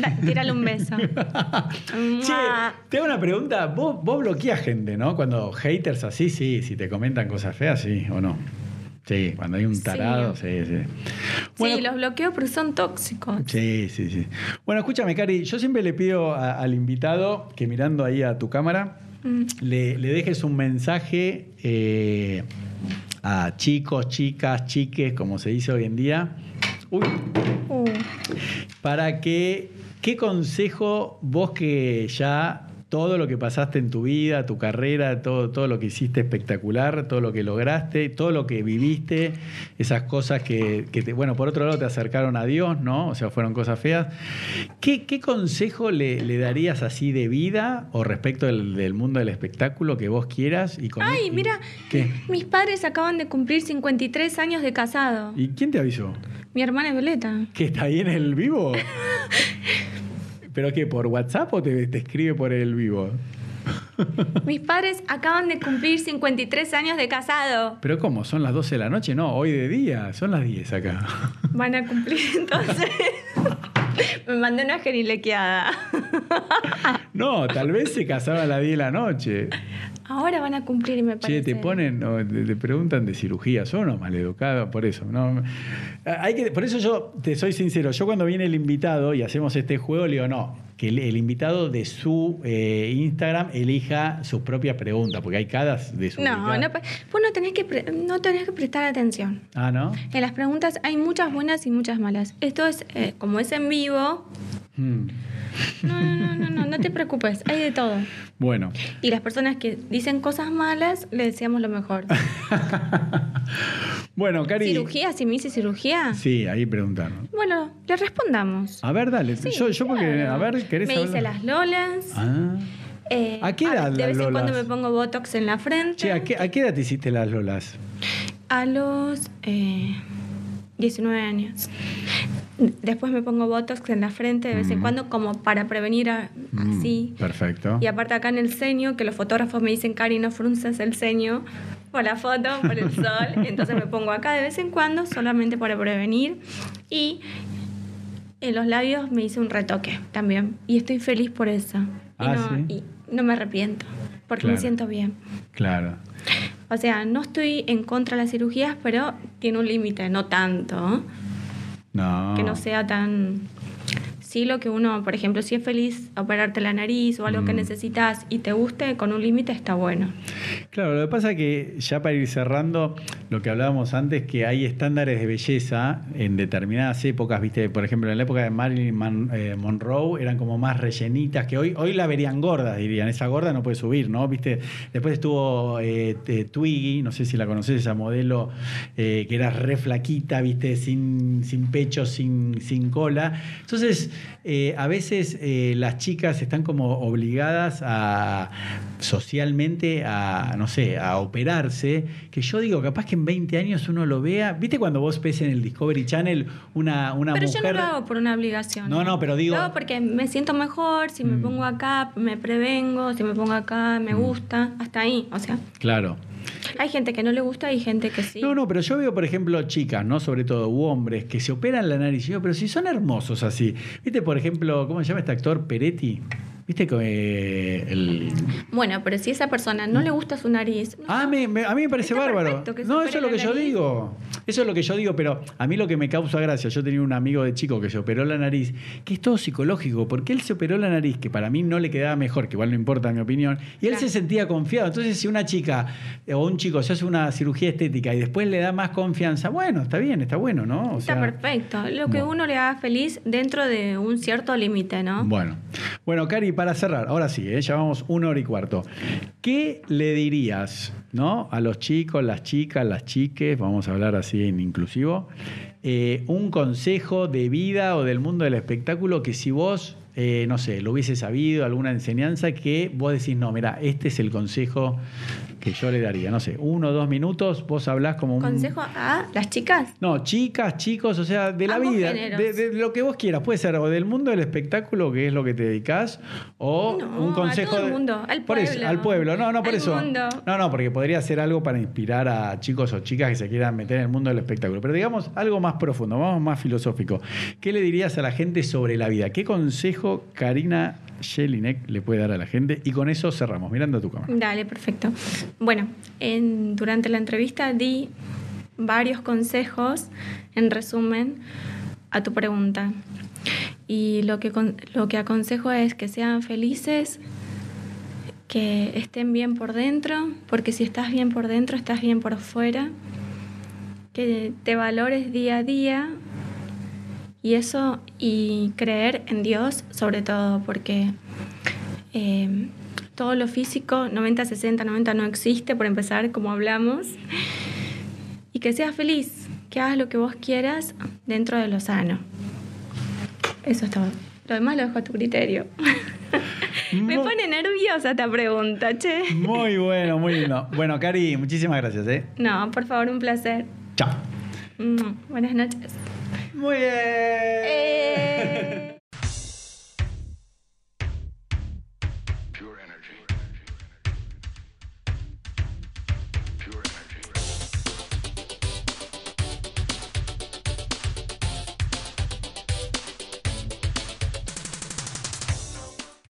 da- tírale un beso. Mm.
Che,
Mua.
te hago una pregunta. Vos, vos bloqueás gente, ¿no? Cuando haters así, sí. Si te comentan cosas feas, sí, o no. Sí, cuando hay un
Sí.
tarado, sí, sí. Bueno,
sí, los bloqueo porque son tóxicos.
Sí, sí, sí. Bueno, escúchame, Cari, yo siempre le pido a- al invitado que mirando ahí a tu cámara,
Mm.
le, le dejes un mensaje eh, a chicos, chicas, chiques, como se dice hoy en día. Uy,
Uh,
para que, ¿qué consejo vos que ya todo lo que pasaste en tu vida, tu carrera, todo, todo lo que hiciste espectacular, todo lo que lograste, todo lo que viviste, esas cosas que, que te- bueno, por otro lado te acercaron a Dios, ¿no? O sea, fueron cosas feas. ¿Qué, qué consejo le, le darías así de vida o respecto del, del mundo del espectáculo que vos quieras? Y con
Ay,
y-
mira.
¿Qué?
Mis padres acaban de cumplir 53 años de casado.
¿Y quién te avisó?
Mi hermana es Violeta.
¿Que está ahí en el vivo? ¿Pero qué? ¿Por WhatsApp o te, te escribe por el vivo?
Mis padres acaban de cumplir 53 años de casado.
¿Pero cómo? ¿Son las 12 de la noche? No, hoy de día. Son las 10 acá.
Van a cumplir entonces. Me mandé una genilequeada.
No, tal vez se casaba a las 10 de la noche.
Ahora van a cumplir, me
Che,
parece.
te ponen, o te, te preguntan de cirugía. Son unos maleducados, por eso. No, hay que, por eso yo te soy sincero. Yo cuando viene el invitado y hacemos este juego, le digo, no, que el, el invitado de su eh, Instagram elija sus propias preguntas, porque hay cada de su
No, no, pa- vos no tenés, que pre- no tenés que prestar atención.
Ah, ¿no?
En las preguntas hay muchas buenas y muchas malas. Esto es, eh, como es en vivo,
Hmm.
no, no, no, no, no, no te preocupes, hay de todo.
Bueno.
Y las personas que dicen cosas malas, le deseamos lo mejor.
bueno, Cari.
¿Cirugía? ¿Si me hice cirugía?
Sí, ahí preguntaron.
Bueno, le respondamos.
A ver, dale.
Sí,
yo, yo porque,
claro.
a ver, ¿querés
Me hice
hablar?
las lolas.
Ah.
eh,
¿A qué edad
De
las
vez en cuando
lolas?
me pongo Botox en la frente.
Che, ¿a qué, a qué edad te hiciste las lolas?
A los eh, 19 años. Después me pongo Botox en la frente de vez en
Mm.
cuando como para prevenir a-
Mm,
así.
Perfecto.
Y aparte acá en el ceño, que los fotógrafos me dicen, Cari, no frunces el ceño por la foto, por el sol. Entonces me pongo acá de vez en cuando solamente para prevenir. Y en los labios me hice un retoque también. Y estoy feliz por eso. Y
Ah,
no,
¿sí?
y no me arrepiento, porque me
Claro.
siento bien.
Claro.
O sea, no estoy en contra de las cirugías, pero tiene un límite, no tanto.
No.
Que no sea tan... Sí, lo que uno, por ejemplo, si es feliz operarte la nariz o algo que
Mm.
necesitas y te guste, con un límite está bueno.
Claro, lo que pasa es que ya para ir cerrando, lo que hablábamos antes, que hay estándares de belleza en determinadas épocas, viste, por ejemplo, en la época de Marilyn Man- eh, Monroe eran como más rellenitas, que hoy, hoy la verían gordas, dirían, esa gorda no puede subir, ¿no? Viste, después estuvo eh, eh, Twiggy, no sé si la conoces, esa modelo eh, que era re flaquita, viste, sin, sin pecho, sin, sin cola. Entonces, eh, a veces eh, las chicas están como obligadas a socialmente a, no sé, a operarse, que yo digo, capaz que en 20 años uno lo vea, viste cuando vos ves en el Discovery Channel una, una
pero
mujer...
yo no lo hago por una obligación.
No, no, pero digo- Mm.
Lo hago porque me siento mejor, si me pongo acá, me prevengo, si me pongo acá, me gusta, hasta ahí. O sea,
Claro.
hay gente que no le gusta y gente que sí.
No, no, pero yo veo, por ejemplo, chicas, ¿no? Sobre todo, u hombres que se operan la nariz. Y digo, pero si son hermosos así. Viste, por ejemplo, ¿cómo se llama este actor? Peretti. Viste que eh, el...
Bueno, pero si a esa persona no le gusta su nariz, no,
Ah, me- me- a mí me parece
Está
bárbaro.
perfecto que se
No,
opere
eso es lo
la
que yo
nariz.
digo. Eso es lo que yo digo, pero a mí lo que me causa gracia, yo tenía un amigo de chico que se operó la nariz, que es todo psicológico, porque él se operó la nariz, que para mí no le quedaba mejor, que igual no importa mi opinión, y él
Claro.
se sentía confiado. Entonces, si una chica eh, o un chico se hace una cirugía estética y después le da más confianza, bueno, está bien, está bueno, ¿no? O
está
sea,
perfecto. Lo que
bueno.
uno le haga feliz dentro de un cierto límite, ¿no?
Bueno, bueno, Cari, para cerrar, ahora sí, ¿eh? ya vamos una hora y cuarto. ¿Qué le dirías, no, a los chicos, las chicas, las chiques, vamos a hablar así en inclusivo, eh, un consejo de vida o del mundo del espectáculo que si vos, eh, no sé, lo hubiese sabido, alguna enseñanza que vos decís, no, mira, este es el consejo que yo le daría, no sé, uno o dos minutos, vos hablás como un
Consejo a las chicas.
no, chicas, chicos, o sea, de la
Ambos
vida,
géneros.
de, de lo que vos quieras, puede ser o del mundo del espectáculo, que es lo que te dedicas, o
No,
un
a
consejo
todo el
de-
mundo, al
por eso,
pueblo.
al pueblo, no, no por
Al
eso.
mundo.
No, no, porque podría ser algo para inspirar a chicos o chicas que se quieran meter en el mundo del espectáculo, pero digamos algo más profundo, vamos más filosófico. ¿Qué le dirías a la gente sobre la vida? ¿Qué consejo Karina Jelinek le puede dar a la gente? Y con eso cerramos, mirando a tu cámara.
Dale, perfecto. Bueno, en- durante la entrevista di varios consejos, en resumen, a tu pregunta. Y lo que, con- lo que aconsejo es que sean felices, que estén bien por dentro, porque si estás bien por dentro, estás bien por fuera, que te valores día a día y eso, y creer en Dios sobre todo, porque eh, todo lo físico, 90, 60, 90 no existe, por empezar, como hablamos. Y que seas feliz, que hagas lo que vos quieras dentro de lo sano. Eso es todo. Lo demás lo dejo a tu criterio. Me
Mu-
pone nerviosa esta pregunta, che.
Muy bueno, muy lindo. Bueno, Cari, muchísimas gracias, ¿eh?
No, por favor, un placer.
Chao.
Mm, Buenas noches.
Muy bien.
Eh.